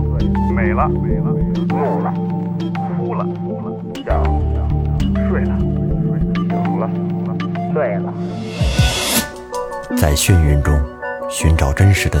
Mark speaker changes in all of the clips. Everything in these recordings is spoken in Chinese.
Speaker 1: 了，美了，怒了，哭了，笑了，睡了，醒了，醉了。
Speaker 2: 在眩晕中寻找真实的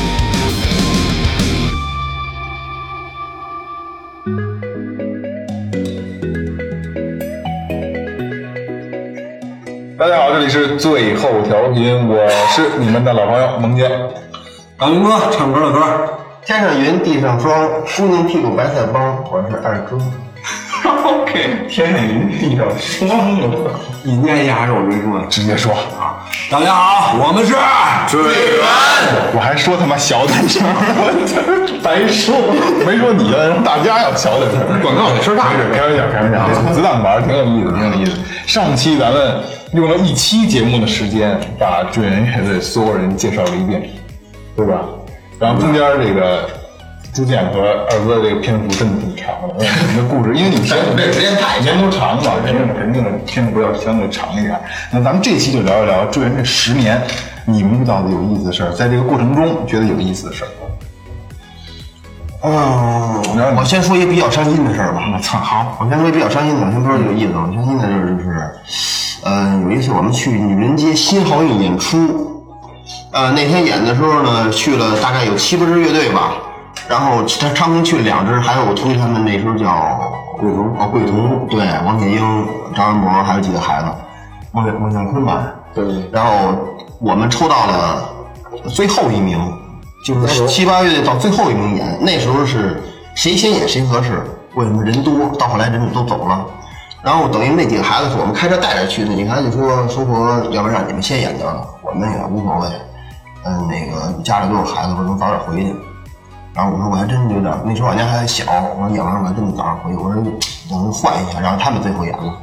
Speaker 3: 大家好，这里是最后调频，我是你们的老朋友萌姐。
Speaker 4: 老明哥唱歌的歌，
Speaker 5: 天上云，地上霜，姑娘屁股白菜帮，我是二哥。
Speaker 3: OK，天上云，地上霜，
Speaker 4: 你念一下还是我直接说？
Speaker 3: 直接说，
Speaker 4: 大家
Speaker 3: 啊
Speaker 4: 好，我们是
Speaker 6: 追完
Speaker 3: 我还说他妈小点声儿，我操白说，没说你啊，让大家要小点声儿。
Speaker 6: 广告得说大点儿
Speaker 3: 开玩笑，开玩笑，啊这子弹玩儿挺有意思，挺有意思。上期咱们用了一期节目的时间，把追人乐队所有人介绍了一遍，对吧？然后中间这个朱建和二哥的这个篇幅真的挺长的， 你们的故事，因为你们这时间太年头长嘛，肯定肯定篇幅要相对长一点。那咱们这期就聊一聊追人这十年，你们遇到的有意思的事儿，在这个过程中觉得有意思的事儿。
Speaker 5: 嗯，我先说一个比较伤心的事儿吧。我操，好，我先说一个比较伤心的，先不说有意思啊，伤心的事儿就是，嗯，有一次我们去女人街新好运演出，呃，那天演的时候呢，去了大概有七八支乐队吧，然后他昌平去了两支，还有我同学他们那时候叫桂童，哦，桂童，对，王铁英、张文博，还有几个孩子，孟孟向坤吧，
Speaker 3: 对，
Speaker 5: 然后我们抽到了最后一名，就是七八月到最后一名演，那时候是谁先演谁合适，为什么人多，到后来人都走了。然后等于那几个孩子是我们开车带着去的，你看就说说说，要不然让你们先演得了，我们也无所谓。嗯，那个家里都有孩子，我能早点回去。然后我说我还真有点，那时候俺家还小，我说演完了我还真得早点回去。我说我们换一下，然后他们最后演了。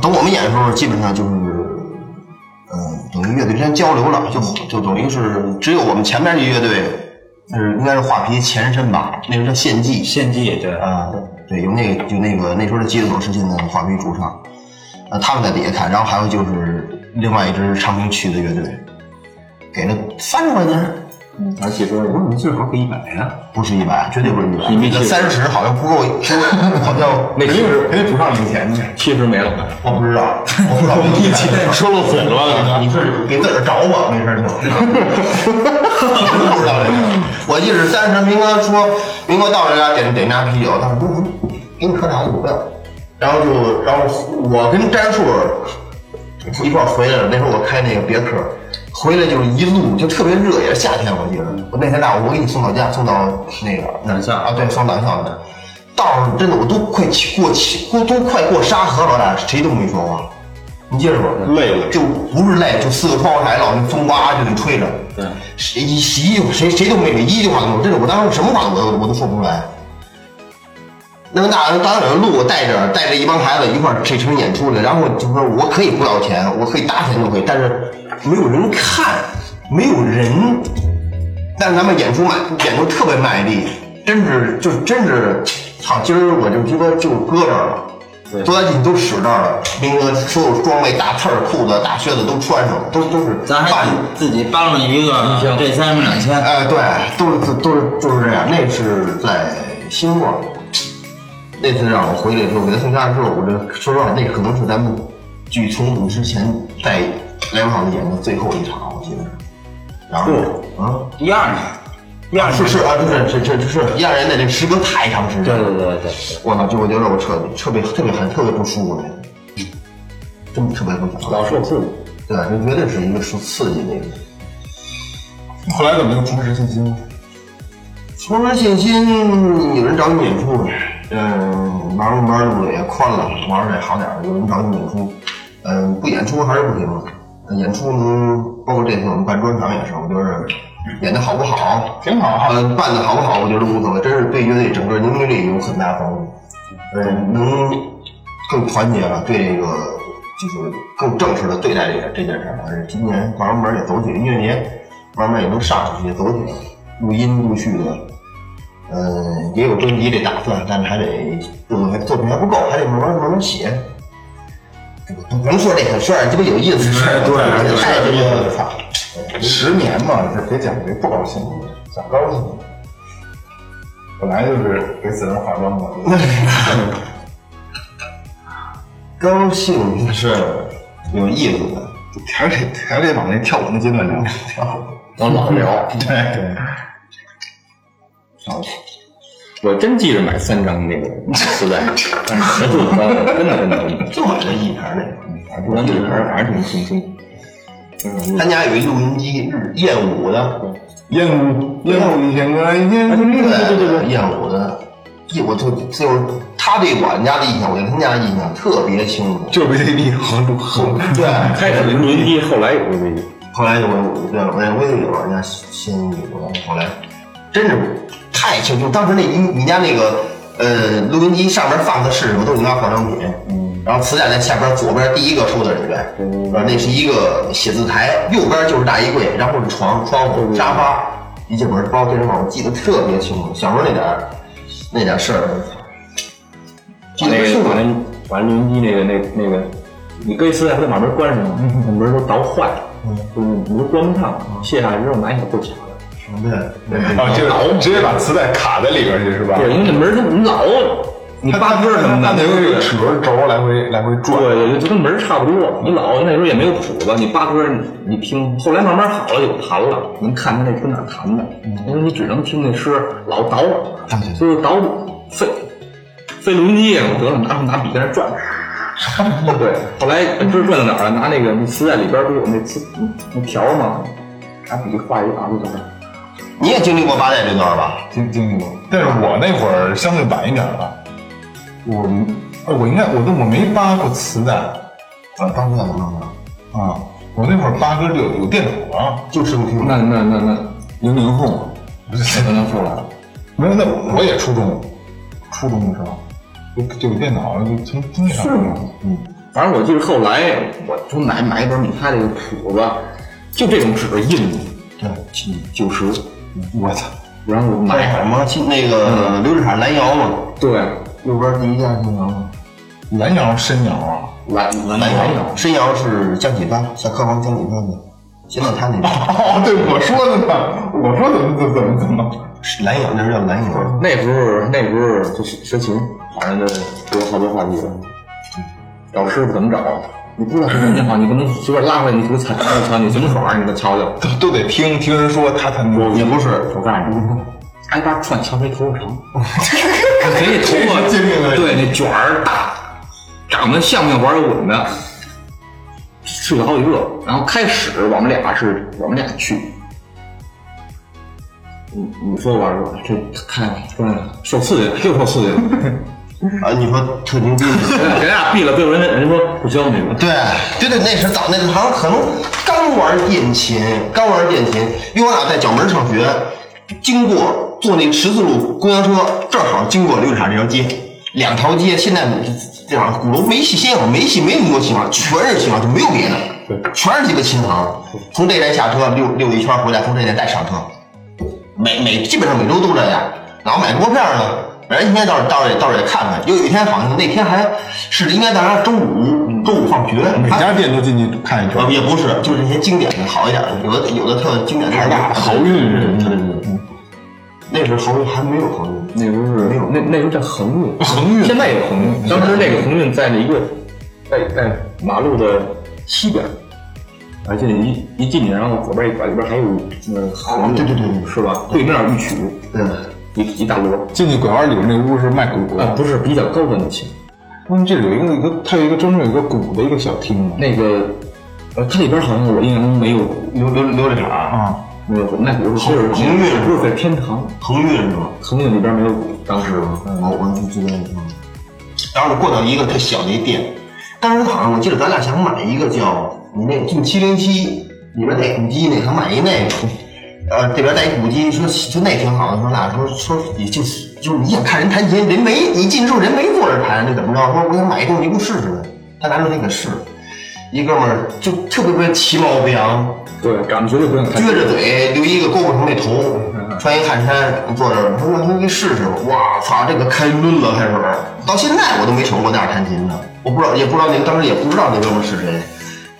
Speaker 5: 等我们演的时候，基本上就是，嗯，等于乐队之间交流了，就就等于是只有我们前面这乐队，呃是应该是画皮前身吧，那时候叫献祭，
Speaker 4: 献祭，对，
Speaker 5: 啊，对，有那个有那个那时候的吉他手是现在的华为主唱，呃，他们在底下看，然后还有就是另外一支昌平区的乐队，给了三十块钱，
Speaker 3: 而且说
Speaker 4: 我说你最好给一百呀，
Speaker 5: 不是一百，绝对不是一百，
Speaker 4: 你没去过
Speaker 5: 三十好像不够，好像
Speaker 3: 肯定是肯定不上零钱去，
Speaker 4: 七十没了，
Speaker 5: 我不知道，我不知道，一起
Speaker 3: 说漏嘴了。
Speaker 5: 你是给自个儿着吧？没事儿就，不知道这个。我记得是当时明哥说，明哥到这家点点拿啤酒，他说不不，给你喝茶不要。然后就，然后我跟詹叔一块儿回来了。那时候我开那个别克，回来就是一路就特别热，也是夏天，我记得。我那天大午我给你送到家，送到那个
Speaker 4: 南下
Speaker 5: 啊，对，送南校的。道上真的我都快起过起过都快过沙河了，我俩谁都没说话。你记着吧，
Speaker 3: 累了
Speaker 5: 就不是累，就四个窗户台老那风哇就给吹着，
Speaker 4: 对，
Speaker 5: 谁一一句谁谁都没理，一句话都没有，真的，我当时什么话我都我都说不出来。那么大当然有路，我带着带着一帮孩子一块儿这场演出来，然后就说我可以不要钱，我可以搭钱就可以，但是没有人看，没有人，但是咱们演出卖演出特别卖力，真是就是真是，操，今儿我就觉得就搁这儿了，多大劲都使这儿了，那个所有装备大刺儿、裤子、大靴子都穿上了，都都是
Speaker 4: 咱还
Speaker 5: 半
Speaker 4: 得自己搬了一个，这三十两千，
Speaker 5: 哎，对，都是都是都是这样。那是在新冠，那次让我回来之后，给他送家的时候，我这说实话，那可能是咱们剧从你之前在莱芜场演的最后一场，我记得是。然后啊，
Speaker 4: 第二年，第二
Speaker 5: 是
Speaker 4: 年，
Speaker 5: 是啊，是是是是是，亚人的这时隔太长时间
Speaker 4: 对
Speaker 5: 了。
Speaker 4: 对对对，
Speaker 5: 我操，就我觉得我彻底特别特别很特别不舒服那个，真特别不舒服。老受刺激。对，这绝对是一个受刺激的一个。
Speaker 3: 后来怎么又重拾信心了？
Speaker 5: 重拾信心，有人找你演出，嗯，慢慢慢慢路也宽了，玩儿的也好点儿，有人找你演出，嗯，不演出还是不行。呃演出能包括这次我们办专场也是，我觉得演的好不好，
Speaker 3: 挺好哈。
Speaker 5: 呃，办的好不好，我觉得无所谓，真是对乐队整个凝聚力有很大帮助，呃，能更团结了，对这个就是更正式的对待这个这件事儿了。而且今年慢慢慢慢也走起音乐节，慢慢也都上去也走起来了，录音陆续的，嗯，也有专辑这打算，但是还得作品还作品还不够，还得慢慢慢慢写。不甭说这个事儿，鸡巴有意思的事儿，
Speaker 3: 哎对对对
Speaker 5: 太鸡巴了，操！
Speaker 3: 十年嘛，就别讲这不高兴，讲高兴。本来就是给死人化妆嘛，
Speaker 5: 高兴的事儿，有意思的。
Speaker 3: 还得还得往那跳舞那阶段聊。
Speaker 5: 我老聊，
Speaker 3: 对对，
Speaker 7: 我真记着买三张那个磁带， 但是钱挺高的，真的真的真的。
Speaker 5: 就买了一盘那个。
Speaker 7: 不管女孩还是挺轻松。
Speaker 5: 他家有一录音机，日燕舞的，
Speaker 3: 烟雾烟雾一天歌，烟雾
Speaker 5: 对对对对，燕舞的。一我就就是他对我们家的印象，我对他们家的印象特别清楚。
Speaker 3: 就是 VCD 和和
Speaker 5: 对，
Speaker 7: 开始是录音机，后来有这个。
Speaker 5: 后来就我对我也我也有人家先有的，后来真是太清楚。当时那你你家那个呃录音机上面放的是什么，都是你妈化妆品。嗯。然后磁带在下边左边第一个收的人员，然后那是一个写字台，右边就是大衣柜，然后是床、窗户、沙发，一进门包健身房，我记得特别清楚。小时候那点儿那点儿事儿，
Speaker 7: 把
Speaker 5: 记得
Speaker 7: 那
Speaker 5: 清
Speaker 7: 个
Speaker 5: 楚
Speaker 7: 把。那把录音机那个那那个，你搁一磁带不得把门关上吗？那门都凿坏了，就是你都关不上。卸下来之后拿一小布卡的，
Speaker 3: 啊，这个直接把磁带卡在里边去是吧？
Speaker 7: 嗯对，因为那门它老你扒分什么的，
Speaker 3: 那得有个折轴来回来回转。
Speaker 7: 对对，就跟门儿差不多。你老那时候也没有谱子，你八歌儿你听，后来慢慢好了有弹了，能看他那歌哪儿弹的，因为你只能听那诗，老倒，就是倒费费录音机，啊我得了拿拿笔在那转。对，后来不知道转到哪儿了，拿那个那磁带里边儿不是有那磁那条儿吗？拿笔画一个 R 字头。
Speaker 5: 你也经历过八代这段吧？
Speaker 3: 经经历过，但是我那会儿相对晚一点了，我呃我应该我都我没扒过磁带
Speaker 5: 啊，当时怎么弄的？
Speaker 3: 啊，我那会儿扒歌有有电脑啊，
Speaker 5: 就是用听。
Speaker 7: 那那那那零零后嘛，零零后了。
Speaker 3: 没有那我也初中，初中的时候就就有电脑就从经历上
Speaker 7: 是吗
Speaker 3: 嗯，
Speaker 7: 反正我记得后来我就买买一本米开这个谱子，就这种纸印的，对，七九十，
Speaker 3: 我操，
Speaker 7: 然后我买
Speaker 5: 什么？进那个刘志海蓝瑶嘛，
Speaker 7: 对，
Speaker 5: 右边第一家新娘嘛。
Speaker 3: 蓝瑶深瑶啊，
Speaker 7: 蓝蓝
Speaker 5: 蓝
Speaker 7: 蓝
Speaker 5: 瑶，深瑶是江启发，小客房江启发的。现在他那个
Speaker 3: 哦对我说的呢，我说怎么怎么怎么怎么，
Speaker 5: 是蓝瑶，那是叫蓝瑶。
Speaker 7: 那时候那时候就学学琴，反正就多好多话题了。找师傅怎么找？啊你不知道是什么好，你不能随便拉回来，你给我踩瞧瞧，你什么手啊？你给我瞧瞧。
Speaker 3: 都都得听听人说他弹的，
Speaker 7: 也不是，我告诉你，挨边串乔谁头发长，谁头发
Speaker 3: 这是致命的
Speaker 7: 对那卷儿大，长得像不像玩摇滚的？睡了好几个，然后开始我们俩是我们俩去，你你说玩吧，这看真的受刺激，又受刺激了。
Speaker 5: 啊，你说特牛逼。
Speaker 7: 咱俩闭了，最后人家人家说不教你了，
Speaker 5: 对对对，那是早，那好像可能刚玩电琴，刚玩电琴，因为我啊俩在角门上学，经过坐那十字路公交车，正好经过刘志海这条街，两条街现在这样鼓楼没戏，现在我没戏，没那么多琴行，全是琴行，就没有别的，全是几个琴行。从这站下车溜溜一圈回来，从这站再上车，每每基本上每周都这样。然后买锅片呢，买人一天到这到这到这看看。又有一天好像那天还是应该大家周五周五放学，
Speaker 3: 每
Speaker 5: 他
Speaker 3: 家店都进去看一圈
Speaker 5: 呃，也不是，就是那些经典的好一点的，有的有的特经典的
Speaker 3: 好运是吧
Speaker 5: 对对对对。那时候好运还没有好运，
Speaker 7: 那时候是那那时候叫哦横运，嗯
Speaker 3: 横运
Speaker 7: 现在有横运，当时那个横运在那一个在在马路的西边儿，而且一一进去，然后左边一拐，里边还有呃横运，
Speaker 5: 啊对对对对
Speaker 7: 是吧？对面儿一曲
Speaker 5: 嗯，
Speaker 7: 一一大摞，
Speaker 3: 进去拐弯里边那屋是卖鼓的，
Speaker 7: 啊，不是比较高端的琴，
Speaker 3: 他们这有一个一个，它有一个专门有一个鼓的一个小厅嘛，
Speaker 7: 那个呃它里边好像我印象中没有
Speaker 5: 留留留这茬，
Speaker 3: 啊，
Speaker 7: 没有那鼓是
Speaker 5: 横横运
Speaker 7: 不是在天堂，
Speaker 5: 横运是吗？
Speaker 7: 横运里边没有鼓，当时嗯
Speaker 5: 我我就记得那个，然后过到一个特小的一店，当时好像我记得咱俩想买一个叫你那进七零七里边带鼓机那，想买一那个，呃这边带一鼓机，说说那挺好的，说俩说说也就是就是你想看人弹琴，人没你进之后人没坐着弹，那怎么着？说我想买一东西，你给我试试呗。他拿着那个试，一哥们儿就特别特别其貌不扬，
Speaker 3: 对，俺们绝对不用看
Speaker 5: 撅着嘴，留一个胳膊长那头，穿一汗衫坐这儿，他说那去试试吧。哇操，这个开抡了开始，到现在我都没瞅过那样弹琴的，我不知道，也不知道那个当时也不知道那哥们儿是谁，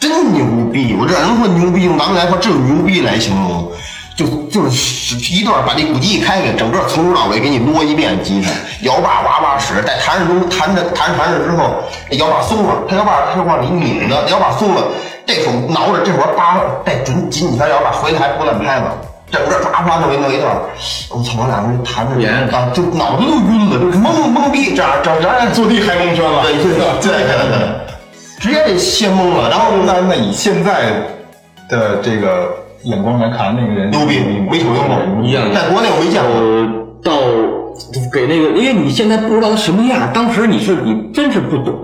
Speaker 5: 真牛逼！我这能说牛逼，用咱们来说，只有牛逼来形容。就就是一段把那鼓机一开开，整个从头到尾给你摞一遍吉他，摇把哇哇使，在弹着中弹着弹着弹着之后，那摇把松了，他摇把他往里拧着，摇把松了，这手挠着，这会儿叭再准紧几下摇把，回来还拨烂拍子，整个抓抓弄一弄一段，我操，我俩人弹着啊，就脑子都晕了，就是懵懵逼，这样这样这样
Speaker 3: 坐地还蒙圈了。
Speaker 5: 对对对对对，直接给掀懵了，然后
Speaker 3: 那那以现在的这个眼光来看，那个人
Speaker 5: 牛逼，没瞅见过，
Speaker 7: 一样
Speaker 5: 在国内我没见过。
Speaker 7: 呃，到就是给那个，因为你现在不知道他什么样，当时你是你真是不懂，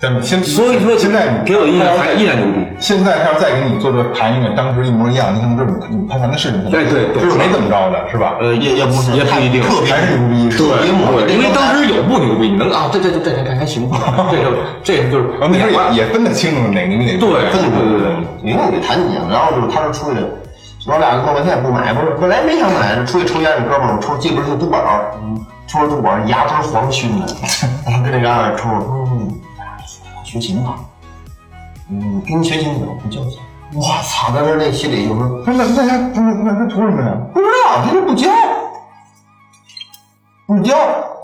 Speaker 3: 但现
Speaker 7: 所以说
Speaker 3: 现在
Speaker 7: 给我印象还依然牛逼。
Speaker 3: 现在他要再给你做这弹一个当时一模一样，你可能知道你他弹的是什么，
Speaker 7: 哎对对
Speaker 3: 就是没怎么着的是吧？
Speaker 7: 呃，
Speaker 5: 也也不是，
Speaker 7: 也不一定，
Speaker 5: 特别
Speaker 3: 还是牛逼，
Speaker 5: 特别猛，
Speaker 7: 对，因为当时有不牛逼，你能
Speaker 5: 啊，
Speaker 7: 啊，
Speaker 5: 对对对对，这这还行。
Speaker 7: 这就这就是
Speaker 3: 然后那时候也也分得清楚哪个哪个
Speaker 7: 对
Speaker 5: 分
Speaker 7: 对对对，
Speaker 5: 你看你弹你，然后就是他是出去，我俩过半天也不买，不是本来没想买，就出去抽烟，这哥们儿抽基本是赌本儿，抽着赌本儿牙根儿黄熏的，然后跟那嘎达抽，嗯，学琴吧，嗯，跟你学琴吧，你教我。我操！当时那心里就说，
Speaker 3: 不是那那他不是那他图什么呀？
Speaker 5: 不知道，他就不教，不教，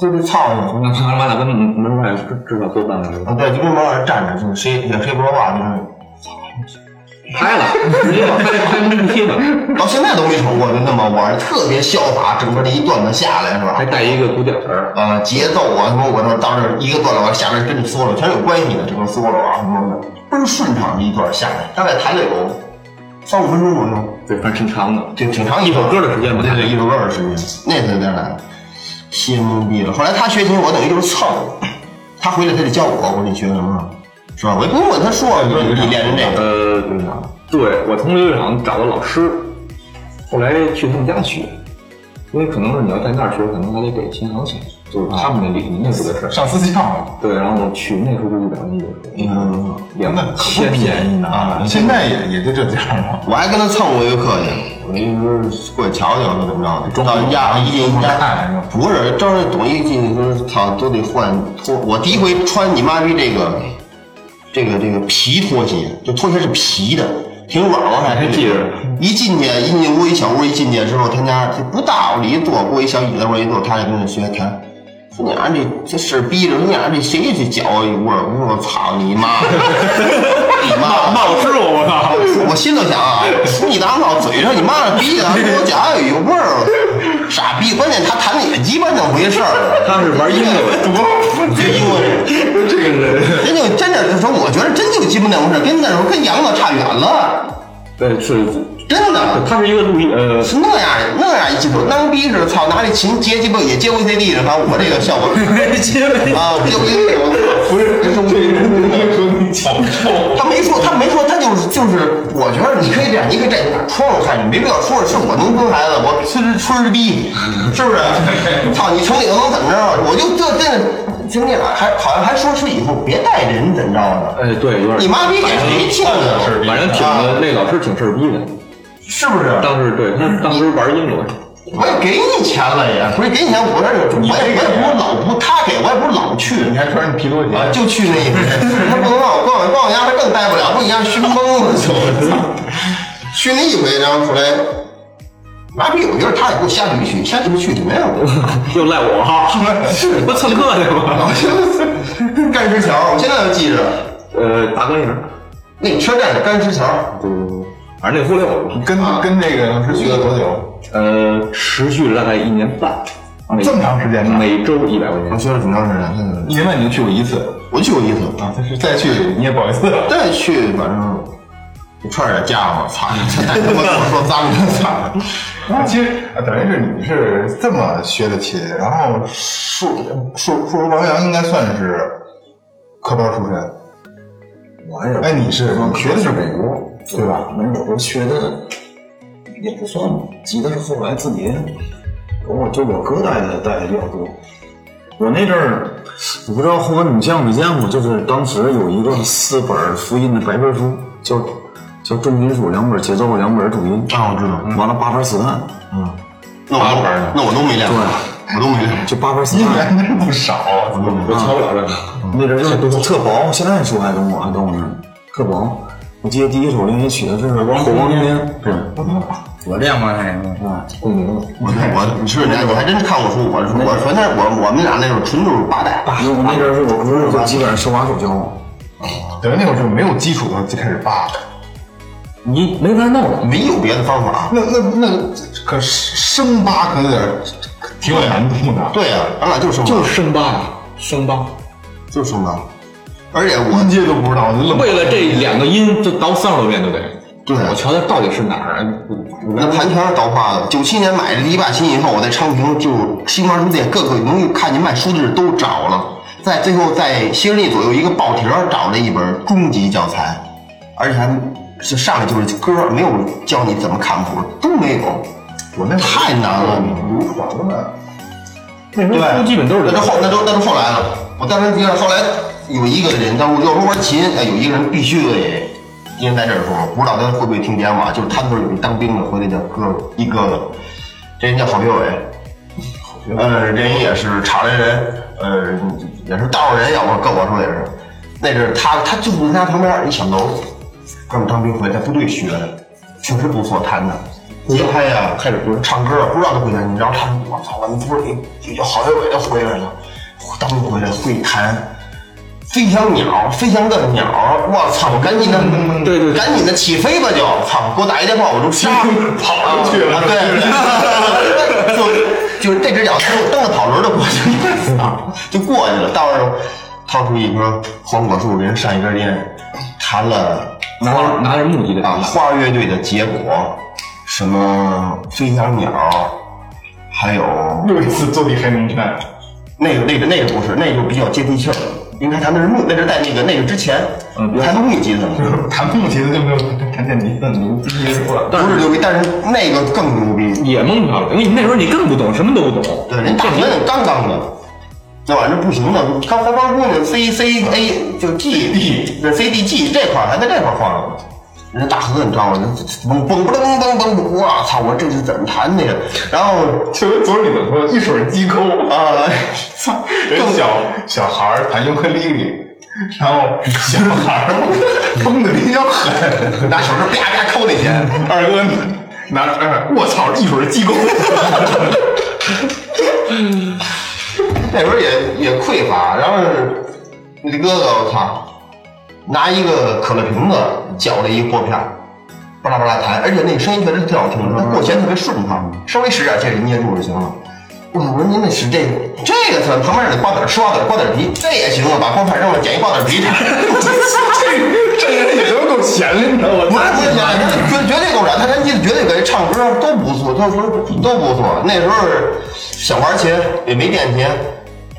Speaker 5: 就是操你！
Speaker 7: 那看完了，跟门外至少多半个
Speaker 5: 啊，对，就跟门外站着，就是谁也谁不说话，就是
Speaker 7: 拍了，直接把拍拍门踢了，
Speaker 5: 到现在都没瞅过，就那么玩，特别潇洒，整个这一段子下来是吧
Speaker 7: 还？带一个鼓点儿，
Speaker 5: 呃，节奏啊，什么我这到这一个段落，我下边跟着 solo 全有关系的，整个 solo 啊什么的，倍儿顺畅的一段下来，大概弹了有三五分钟左右，
Speaker 7: 对，反正挺长的。
Speaker 5: 挺挺长一首
Speaker 7: 歌的时间吧
Speaker 5: 对对，一首歌的时间，那才在来，心懵逼了。后来他学琴，我等于就是蹭，他回来他得教我，我得学什么，啊是吧？我也不用问他说，你你练成这个，
Speaker 7: 呃，对我从游乐场找的老师，后来去他们家学，因为可能是你要在那儿学，可能还得给琴行钱，就是他们那里那是个事儿。
Speaker 3: 上私教，
Speaker 7: 对，然后我去那时候就一百块钱一节课，
Speaker 5: 嗯。
Speaker 7: 两
Speaker 3: 那可
Speaker 7: 千
Speaker 3: 不便宜
Speaker 7: 年
Speaker 3: 呢啊！现在也也就这价了。
Speaker 5: 我还跟他蹭过一个课去，我那时候过去瞧瞧，说怎么着，中到人家一进一家看，不是，正是懂一进去说操都得换拖，我第一回穿你妈逼这个这个这个皮拖鞋，这拖鞋是皮的，挺软和，还
Speaker 7: 还记着。
Speaker 5: 一进去，一进屋一小屋一进去之后，他家就不大，我一坐，给我一小椅子，我一坐，他就跟那学弹。说你俺这这事逼着，你俺这谁去搅我一屋？我说操你妈！你妈！
Speaker 7: 老师我我操！
Speaker 5: 我心都想啊，你当老嘴上你妈了逼的，还跟我讲哎有味儿，傻逼！关键他弹的也鸡巴那回事儿，
Speaker 7: 他是玩音乐的
Speaker 5: 怎么英国人？
Speaker 7: 这个人，
Speaker 5: 真就真的，就说我觉得真就鸡巴那回事儿，跟那时候跟杨子差远了，
Speaker 7: 对，是，
Speaker 5: 真的。
Speaker 7: 他是一个录音，呃，
Speaker 5: 是那样的，那样一鸡巴，那逼是操，拿这琴接鸡巴也接 VCD 的，反正我这个效果啊，我接 VCD 我操，不是，这是他没说，他没说，他就是就是，我觉得你可以这样，你可以站你打窗户看，你没必要说是我农村孩子，我村儿村儿逼，是不是？操，你城里头能怎么着？我就这这经历了，还好像还说是以后别带人怎么着呢？
Speaker 7: 哎，对，有点。
Speaker 5: 你妈逼给谁听的？
Speaker 7: 反正挺
Speaker 5: 啊
Speaker 7: 那老师挺事儿逼的，
Speaker 5: 是不是？
Speaker 7: 当时对他当时玩音乐，
Speaker 5: 我也给你钱了也，不是给你钱，我这我也我也不是老不他给我也不是老去，你还
Speaker 3: 还穿着皮拖鞋，
Speaker 5: 啊就去那一回， 他不能让我逛逛我家，他更待不了，不一样熏懵了就，我操！去那一回，然后出来，麻痹，我觉得他也给我瞎驴去，瞎驴去就没有了。
Speaker 7: 又赖我哈，我蹭课去吧。
Speaker 5: 干石桥，我现在都记着，
Speaker 7: 呃，大哥影，
Speaker 5: 那车站是干石桥，
Speaker 7: 反正那忽略我了。
Speaker 3: 跟跟这个老师学了多久？
Speaker 7: 呃，持续了大概一年半，啊每
Speaker 3: 这么长时间呢
Speaker 7: 每周一百块钱。
Speaker 5: 学了挺长时间，真的
Speaker 3: 一年半你就去过一次
Speaker 5: 我去过一次，
Speaker 3: 啊，但是再去你也不好意思了。
Speaker 5: 再去反正串点家伙，操，再他妈跟我说脏的， 操！
Speaker 3: 啊其实啊等于是你是这么学的琴，然后数数数学王阳应该算是科班出身。我也哎，你是你学的是美国对吧？
Speaker 8: 反正我都学的也不算吧，吉他是后来自己，我就我哥带的带的比较多。我那阵儿，我不知道后文你们见过没见过，就是当时有一个四本复印的白皮书，叫叫重金属两本节奏，两本主音，
Speaker 5: 啊，我知道，嗯
Speaker 8: 完了八盘磁带，
Speaker 5: 那我都那我都没练过，我都没练过。
Speaker 8: 就八盘磁 带，
Speaker 3: 那是不少啊，怎么都敲不了这个？
Speaker 8: 那阵儿就是特薄，现在书还跟我还跟我那儿特薄。我记得第一首练习曲的是《火光粼粼》，对，
Speaker 4: 我练过那个。
Speaker 5: 我我你是你你还真是看过书，我是我说那我我们俩那时候纯就是八代，
Speaker 7: 啊
Speaker 8: 我那阵儿是我不是就基本上手把手教我，
Speaker 3: 等于那会儿就没有基础了，就开始扒了。
Speaker 8: 你没法弄了。
Speaker 5: 没有别的方法。
Speaker 3: 那那那可生扒可有点挺有难度的。
Speaker 5: 对呀、咱俩就是生
Speaker 7: 就是生八呀，生八。
Speaker 5: 就是生的，而且我
Speaker 3: 音阶都不知道，愣
Speaker 7: 为了这两个音，就倒三十多遍都得。
Speaker 5: 对啊
Speaker 7: 我瞧瞧到底是哪儿。啊
Speaker 5: 那盘全是倒挂的。九七年买了一霸琴以后，我在昌平就新华书店各个能看见卖书的地儿都找了，在最后在西直利左右一个报亭儿找了一本中级教材，而且还是上来就是歌儿，没有教你怎么看谱，都没有，
Speaker 3: 我那
Speaker 5: 太难了。
Speaker 3: 流传了。
Speaker 5: 对，
Speaker 7: 基本都是
Speaker 5: 那都后那都那都后来了。我当时你看，后来有一个人，但我要说玩琴，哎，有一个人必须得，因为在这儿说，不知道他会不会听电话，就是他那边有一当兵的，回来叫哥一哥哥，这人叫郝学伟，呃，这人也是厂里人，呃，也是道上人，要我跟我说也是，那是他他就住他旁边一小楼，哥们儿当兵回来在部队学的，确实不错弹的。节拍呀，开始就是唱歌，不知道他会弹，你知道他，我操，我们不是也就郝学伟都回来了，当兵回来会弹。飞翔鸟，飞翔的鸟，我操！我赶紧的，对对，赶紧的起飞吧就，操！给我打一电话，我就杀跑出去了，对对，就就是这只鸟蹬蹬着跑轮儿就过去了，操就过去了。到时候掏出一根黄果树，给人上一根烟，弹了
Speaker 7: 拿着拿着木吉
Speaker 5: 啊，
Speaker 7: 他，
Speaker 5: 花儿乐队的结果，什么飞翔鸟，还有
Speaker 3: 又一次坐地黑龙山，
Speaker 5: 那个那个那个不是，那个就比较接地气儿，应该弹的是木，那是在那个那个之前，弹的木吉他呢。
Speaker 3: 弹木琴的就没有弹电吉的牛逼了。
Speaker 5: 不是牛逼，但是那个更牛逼。
Speaker 7: 也蒙圈了，因为你那时候你更不懂，什么都不懂。
Speaker 5: 对，人大学那杠杠的，那玩意儿不行的，刚才光姑娘 C C A 就 G D 这 C D G 这块儿还在这块儿放着呢。人家大河你知道吗？嘣嘣嘣嘣嘣嘣，我啊操！我这是怎么弹的呀？然后
Speaker 3: 就昨儿你们说一水儿鸡抠，
Speaker 5: 啊，
Speaker 3: 操！人小小孩儿弹尤克里里，然后小孩 儿蹦的比较狠，
Speaker 5: 拿手指啪啪抠那些，
Speaker 3: 二哥拿哎，我操，一水儿 鸡抠。
Speaker 5: 那时候也也匮乏。然后你这哥哥，我操，拿一个可乐瓶子搅了一拨片儿，巴拉巴拉弹，而且那个声音确实挺好听的，它过弦特别顺畅，稍微使点劲儿捏住就行了。我操！我说您得使这个，这个操，旁边得瓜子儿吃瓜子儿，瓜子儿皮，这也行啊！把光盘扔了，捡一瓜子儿皮。
Speaker 3: 这这人也都够闲的，你知道吗？
Speaker 5: 不是不是，绝绝对够燃，他弹吉他绝对可以，唱歌都不错，他说都不错。那时候想玩琴也没电琴，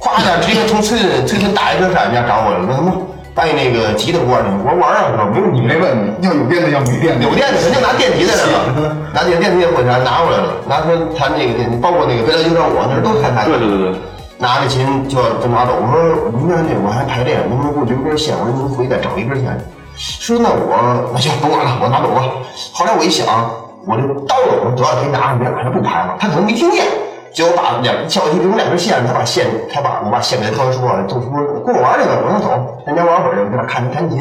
Speaker 5: 咵一下直接从崔崔村打一车上人家找我了，说什么把你那个吉他给我玩去，我说玩啊，我说不用
Speaker 3: 你没问要有电的要没电的，
Speaker 5: 有电的肯定拿电吉他来了，拿电电吉他过去拿过来了，拿他弹那个电吉他，包括那个《飞来就上我》那时候都弹他。
Speaker 7: 对对对对，
Speaker 5: 拿着琴就要跟拿走。我说明天那我还排练，能不能给我留根线？我说您回去再找一根线。说那我那行甭管了，我拿走吧。后来我一想，我这刀有得了，可以拿着，别拿着不排了。他可能没听见，结果把两叫我去留两根线，他把线他把我把线给他掏出来，就说跟我玩去吧。我说走，咱家玩会儿去，我在那看他弹琴。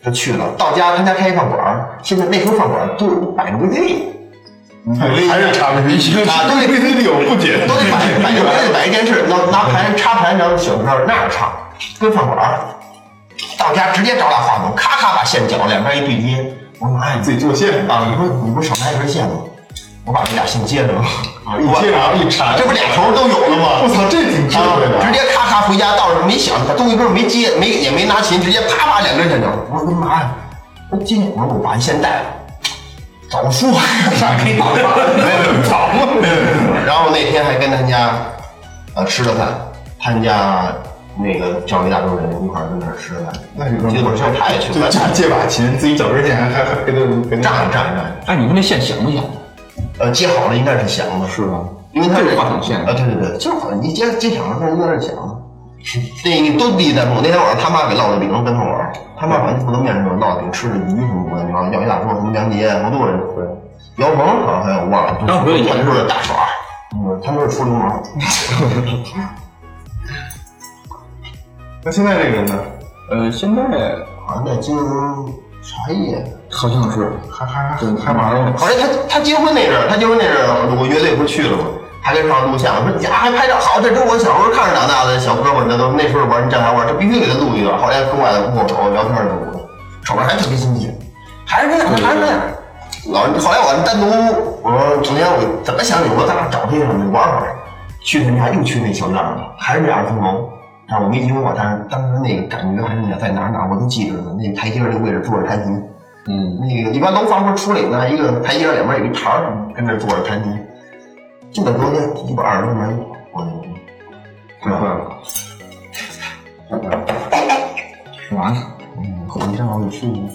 Speaker 5: 他去了，到家他家开一饭馆儿，现在那时候饭馆儿都摆着 VCD，
Speaker 3: 还是差不离
Speaker 5: 嗯啊
Speaker 3: 对
Speaker 5: 对
Speaker 3: 对对，有不解，
Speaker 5: 都得摆 摆个摆摆一电视，拿拿盘插盘，然后小歌那样唱，跟饭馆儿。到家直接找俩话筒，咔咔把线绞，两边一对接。我说哎，
Speaker 3: 自己做线
Speaker 5: 啊，你说你不是少拿一根线吗？我把这俩线接上了，
Speaker 3: 啊，一接然后一缠，
Speaker 5: 这不俩头都有了
Speaker 3: 我
Speaker 5: 吗？
Speaker 3: 操，这挺智慧
Speaker 5: 啊，直
Speaker 3: 的。
Speaker 5: 接咔咔回家，到时候没想，东西根本没接，没也没拿琴，直接啪啪两根线绞。我说干嘛呀？我接，我说我把线带了。早说， 啥给你爸 没有早 然后那天还跟他家，呃，吃了饭，他们家那个叫了一大堆人一块儿跟那儿吃的饭，
Speaker 3: 那你说
Speaker 5: 结果上他也去
Speaker 3: 就
Speaker 5: 了，
Speaker 3: 借借把琴，自己找根线，还还还给他给他
Speaker 5: 炸一炸一炸一，
Speaker 7: 哎，你说那线响不响？
Speaker 5: 呃，接好了应该是响的，
Speaker 7: 是吧？啊
Speaker 5: 因为他
Speaker 7: 就是话筒线
Speaker 5: 啊，对对对，就是好像你接接响了，但应该是响的。那个都立在我那天晚上他妈给烙的饼跟头碗，他妈管不能面食烙饼吃的鱼什么乱七八糟，要一大桌什么梁杰、好多人，姚鹏好像还有我忘了，
Speaker 7: 当时也
Speaker 5: 他
Speaker 7: 是
Speaker 5: 就是大耍，嗯，他就是出流氓，
Speaker 3: 那现在这个人呢？
Speaker 7: 呃，现在
Speaker 5: 好像在金茶叶，
Speaker 8: 好像是嗯
Speaker 3: 还还还还玩儿呢？
Speaker 5: 好像他他结婚那阵儿，他结婚那阵儿，我乐队不是去了吗？还跟上录像，说呀还拍照好，这都是我小时候看着长大的小哥们儿，这都那时候玩站台玩，这必须给他录一段。后来跟我跟我聊天儿的，手上还特别新鲜，还是这样，还是这样。老人后来我单独我说昨天我怎么想起我说咱俩找地方就玩会儿，去他们家又去那小院儿了，还是那样钟楼。但是我没听过，但是当时那个感觉还是那在哪儿哪儿我都记着呢。那个台阶儿那位置坐着弹琴，嗯，那个一般楼房不是出来以外一个台阶儿两边有一台儿，跟那儿坐着弹琴，就在昨天一百二十多年，我那个
Speaker 3: 太坏了！
Speaker 7: 干嘛呢？
Speaker 5: 嗯，口气上好有舒服。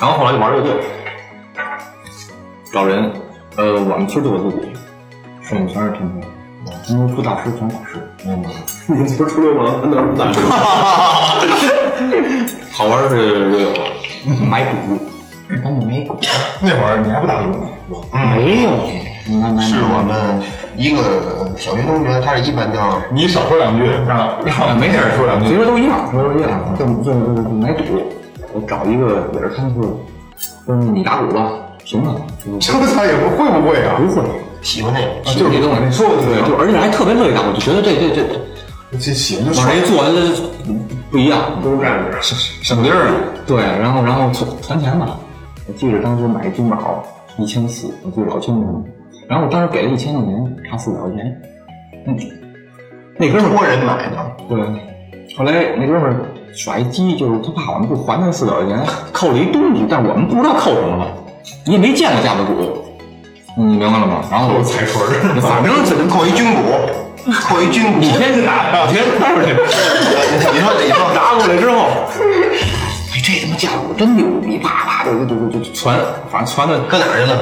Speaker 7: 然后后来就玩乐队，找人，呃，我们其实就有自己，是我们全是天天，因为出大师全大师，嗯，你不是出流氓，那是大师。 好玩儿是都有，啊买鼓，
Speaker 5: 那你没
Speaker 3: 那会儿你还不打鼓呢？
Speaker 7: 没有，
Speaker 5: 是我们一个小学同学，他是一班叫
Speaker 3: 你少说两句，让让
Speaker 7: 没事儿
Speaker 3: 说两
Speaker 7: 其
Speaker 3: 句。
Speaker 7: 实都一样，其实都一样，就就就就买鼓，我找一个也是他们说，嗯，你打鼓吧，行吧，
Speaker 3: 这他也不会不会啊？
Speaker 7: 不会，
Speaker 5: 喜欢那个，
Speaker 7: 啊就是这东西，
Speaker 3: 说的
Speaker 7: 对，就而且还特别乐意打鼓，就觉得这这这。
Speaker 3: 对，啊这喜欢就
Speaker 7: 往
Speaker 3: 说
Speaker 7: 这一坐，这不一样，
Speaker 3: 都是干着。
Speaker 7: 省地儿。啊对，然后然后存存钱吧。我记着当时买一君宝一千四，我记得老清楚了。然后我当时给了一千块钱，差四百块钱。嗯，那哥们
Speaker 5: 中
Speaker 7: 儿
Speaker 5: 国人买的，
Speaker 7: 对，后来那哥们儿耍一机，就是他怕我们不还他四百块钱，扣了一东西，但我们不知道扣什么了，你也没见过架子鼓，你明白了吗？然后我才说这， 反正是
Speaker 5: 扣一军鼓，扣一军鼓。
Speaker 7: 你先 拿，你先带出去。
Speaker 5: 你说得说，
Speaker 7: 拿过来 之后，哎，这他妈架鼓真牛逼，啪啪就就就就传，反正传的
Speaker 5: 搁哪儿去了？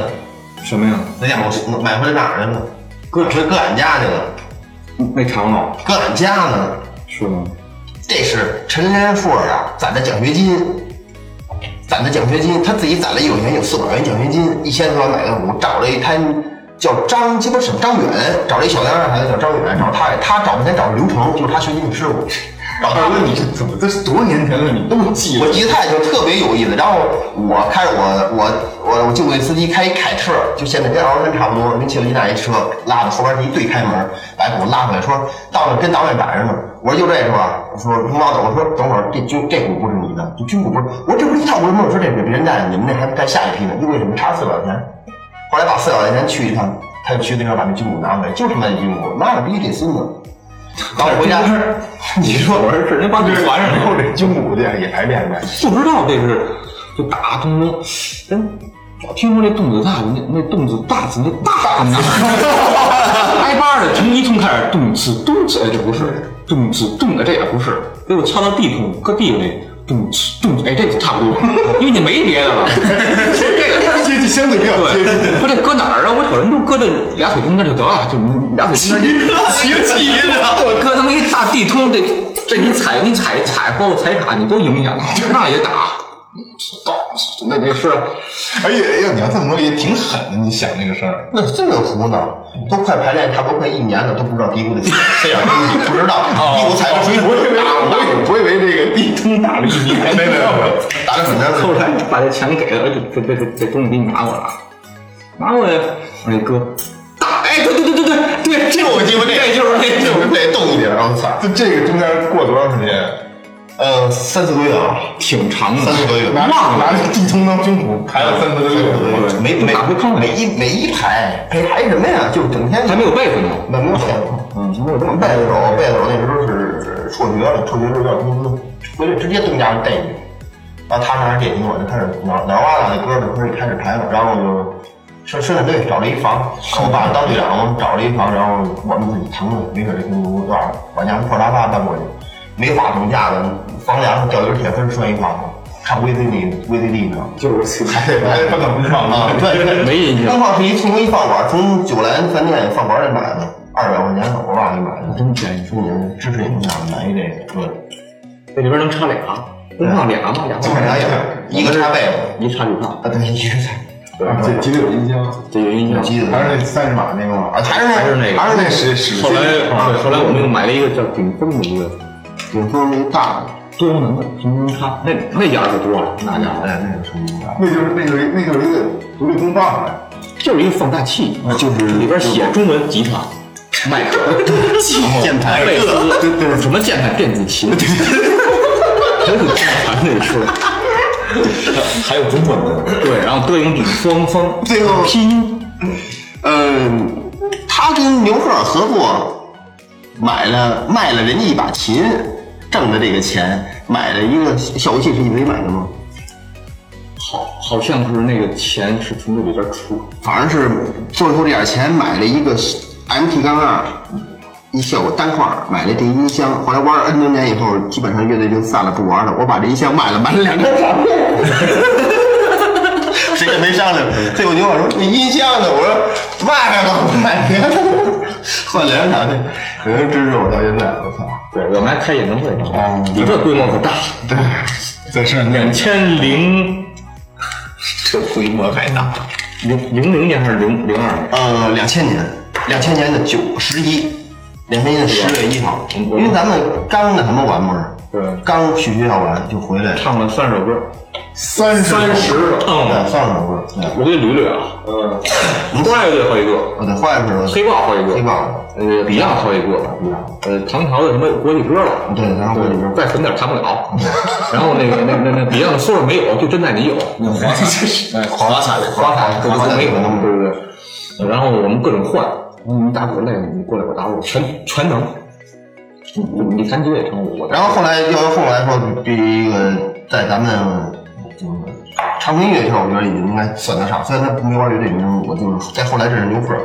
Speaker 7: 什么呀？
Speaker 5: 那家伙买回来哪儿去了？搁搁搁俺家去了，
Speaker 7: 那长老
Speaker 5: 搁俺家呢。
Speaker 7: 是吗？
Speaker 5: 这是陈连硕啊，攒的奖学金，攒的奖学金，他自己攒了一有钱有四百块钱奖学金，一千多万买个股，找了一他叫张鸡巴什么张远，找了一小男孩孩子叫张远，找他，他找不见找刘成，就是他学习的师傅，找他
Speaker 3: 二哥，你这 怎么这是多少年前的你都记
Speaker 5: 我
Speaker 3: 得？
Speaker 5: 记得太清，特别有意思。然后我开我我我我就给司机开一凯车，就现在跟嗷山差不多，跟切鲁基那一车拉的，后边是一对开门，把我拉回来，说到那跟党外摆着呢。我说就这是吧？我说龙老总，我说等会儿这军这股不是你的，这军鼓不是，我说这不是一套不是吗？我说这是别人带的，你们那还带下一批呢，又为什么差四百块钱？后来把四百块钱去一趟，他就去那边把那军鼓拿回来，就是卖军鼓，妈了逼这孙 子。然后回家，
Speaker 3: 你说我是
Speaker 7: 人家把你传上来
Speaker 3: 后 这军鼓的也排练呗。
Speaker 7: 不知道这是就打动作，人老听说这动子大，那那动子大字那 大字，挨巴的从一通开始动次动次，哎这不是动次动的这也不是，给我敲到地通搁地里动次动次，哎这差不多，因为你没别的 了，这个。
Speaker 3: 这这相对比较接近。
Speaker 7: 对，不这搁哪儿啊？我瞅人都搁这俩腿中间就得了，就俩腿中间。
Speaker 3: 骑骑着，
Speaker 7: 我搁他妈一大地通，这这你踩你踩踩包括踩卡，你都影响，那也打。那那是
Speaker 3: 哎呀，要你要这么说也挺狠的，你想那个事儿。
Speaker 5: 那真的胡闹，都快排练差不多快一年了，都不知道低谷的这样东西，不知道
Speaker 7: 哦
Speaker 5: 低谷踩到水
Speaker 3: 我以为我以为我以为这个地通打了一年，没没有，
Speaker 5: 打得很难
Speaker 7: 后来把这钱给了，这这这这东西给你拿过来了，拿过来，我说哥，打，哎，对对对对对对，这我记不这就是那
Speaker 5: 这我得动一点，我操！
Speaker 3: 就这个中间过多长时间？
Speaker 5: 呃，三四个月啊，
Speaker 7: 挺长的，
Speaker 5: 三四个月，
Speaker 3: 拿拿那地通当军鼓排了三四个月，
Speaker 5: 没没没一没一排，陪排什么呀？就整天
Speaker 7: 还没有被子呢。
Speaker 5: 那没有嗯，没有背着手，背着手那时候是辍学了，辍学之后要工资，回来直接东家带去，然后他上那电梯，我就开始鸟鸟哇啦那歌就开始开始排了，然后我就生生产队找了一房，我爸当队长，我们找了一房，然后我们自己腾的，没事就跟屋往往家破沙发搬过去，没话筒架子，房梁上吊根铁丝儿拴一房子，看威森利威森利呢。
Speaker 3: 就是还 得还得不怎么上啊。
Speaker 5: 啊，对对，
Speaker 7: 没印象
Speaker 5: 刚好是一从一饭馆，从九兰饭店饭馆里买的，二百块钱我忘了买的，真便宜。说你们支持一下，买一这个，对，
Speaker 7: 这里边能插俩，能放俩吗？俩
Speaker 5: 基本上有一个插背了，
Speaker 7: 一插就上，
Speaker 5: 啊，对，一个插。
Speaker 3: 啊这吉利有音箱，
Speaker 7: 这有音响。
Speaker 5: 记得
Speaker 3: 还是那三十码那个吗？
Speaker 5: 啊，还是还
Speaker 7: 还是那个
Speaker 5: 还是那十十。
Speaker 7: 后来啊，后来我们又买了一个叫顶峰的一个
Speaker 5: 顶峰那大的，
Speaker 7: 多功能的什么插，那那家可多了，那家伙
Speaker 5: 哎，那个什么
Speaker 3: 那就是那就是那就是一个独立功放的。
Speaker 7: 就是一个放大器，
Speaker 5: 就是
Speaker 7: 里边写中文吉他、麦 克、
Speaker 5: 键盘
Speaker 7: 贝斯，对对，什么键盘电子琴，真是键盘那说。
Speaker 3: 还有中文的，
Speaker 7: 对，然后对应顶峰峰，
Speaker 5: 最后拼，嗯，他跟牛赫尔合作，买了卖了人家一把琴，挣的这个钱买了一个效果器，是一直买的吗？
Speaker 7: 好，好像是那个钱是从这里边出，
Speaker 5: 反正是最后这点钱买了一个 MT 杠二，一效果单块儿，买了这一音箱。后来玩了 N 多年以后，基本上乐队就散了，不玩了。我把这音箱卖了，买了两张唱片。 谁也没商量。最后牛老说：“你音箱呢？”我说：“卖了吧，我买两张。”换两张唱有人支持我到现在，我操！
Speaker 7: 对我们还开演唱会呢，你这规模可大，
Speaker 5: 对，
Speaker 3: 在市场
Speaker 7: 两千零
Speaker 5: 这规模还大。
Speaker 7: 零零零年还是零零二年？
Speaker 5: 呃，两千年，两千年的九十一，两千年的十月一号，因为咱们刚那什么完不是？
Speaker 7: 对
Speaker 5: 刚去学校完就回来，
Speaker 7: 唱了三十首歌，
Speaker 3: 三十
Speaker 7: 三十
Speaker 5: 对，
Speaker 7: 嗯，
Speaker 5: 放首歌，对，
Speaker 7: 我给你捋捋啊，嗯，坏乐队好几个，
Speaker 5: 我得换一首，
Speaker 7: 黑豹好几个，
Speaker 5: 黑豹
Speaker 7: 呃，Beyond 好几个，呃，唐朝的什么国际歌了，
Speaker 5: 对，然后我里边
Speaker 7: 再狠点儿谈不了。然后那个那那那 Beyond 的说了没有，就真在你有，
Speaker 3: 华彩，哎，华彩，
Speaker 7: 花坛
Speaker 5: 华彩
Speaker 7: 没有
Speaker 5: 可能，
Speaker 7: 对不对？然后我们各种换，你打鼓累了，你过来我打鼓，全全能。你你你弹吉他也成，我
Speaker 5: 然后后来要后来说，这个在咱们就是唱歌音乐圈，我觉得已经应该算得上。虽然他没玩乐队，我就是在后来认识牛克尔。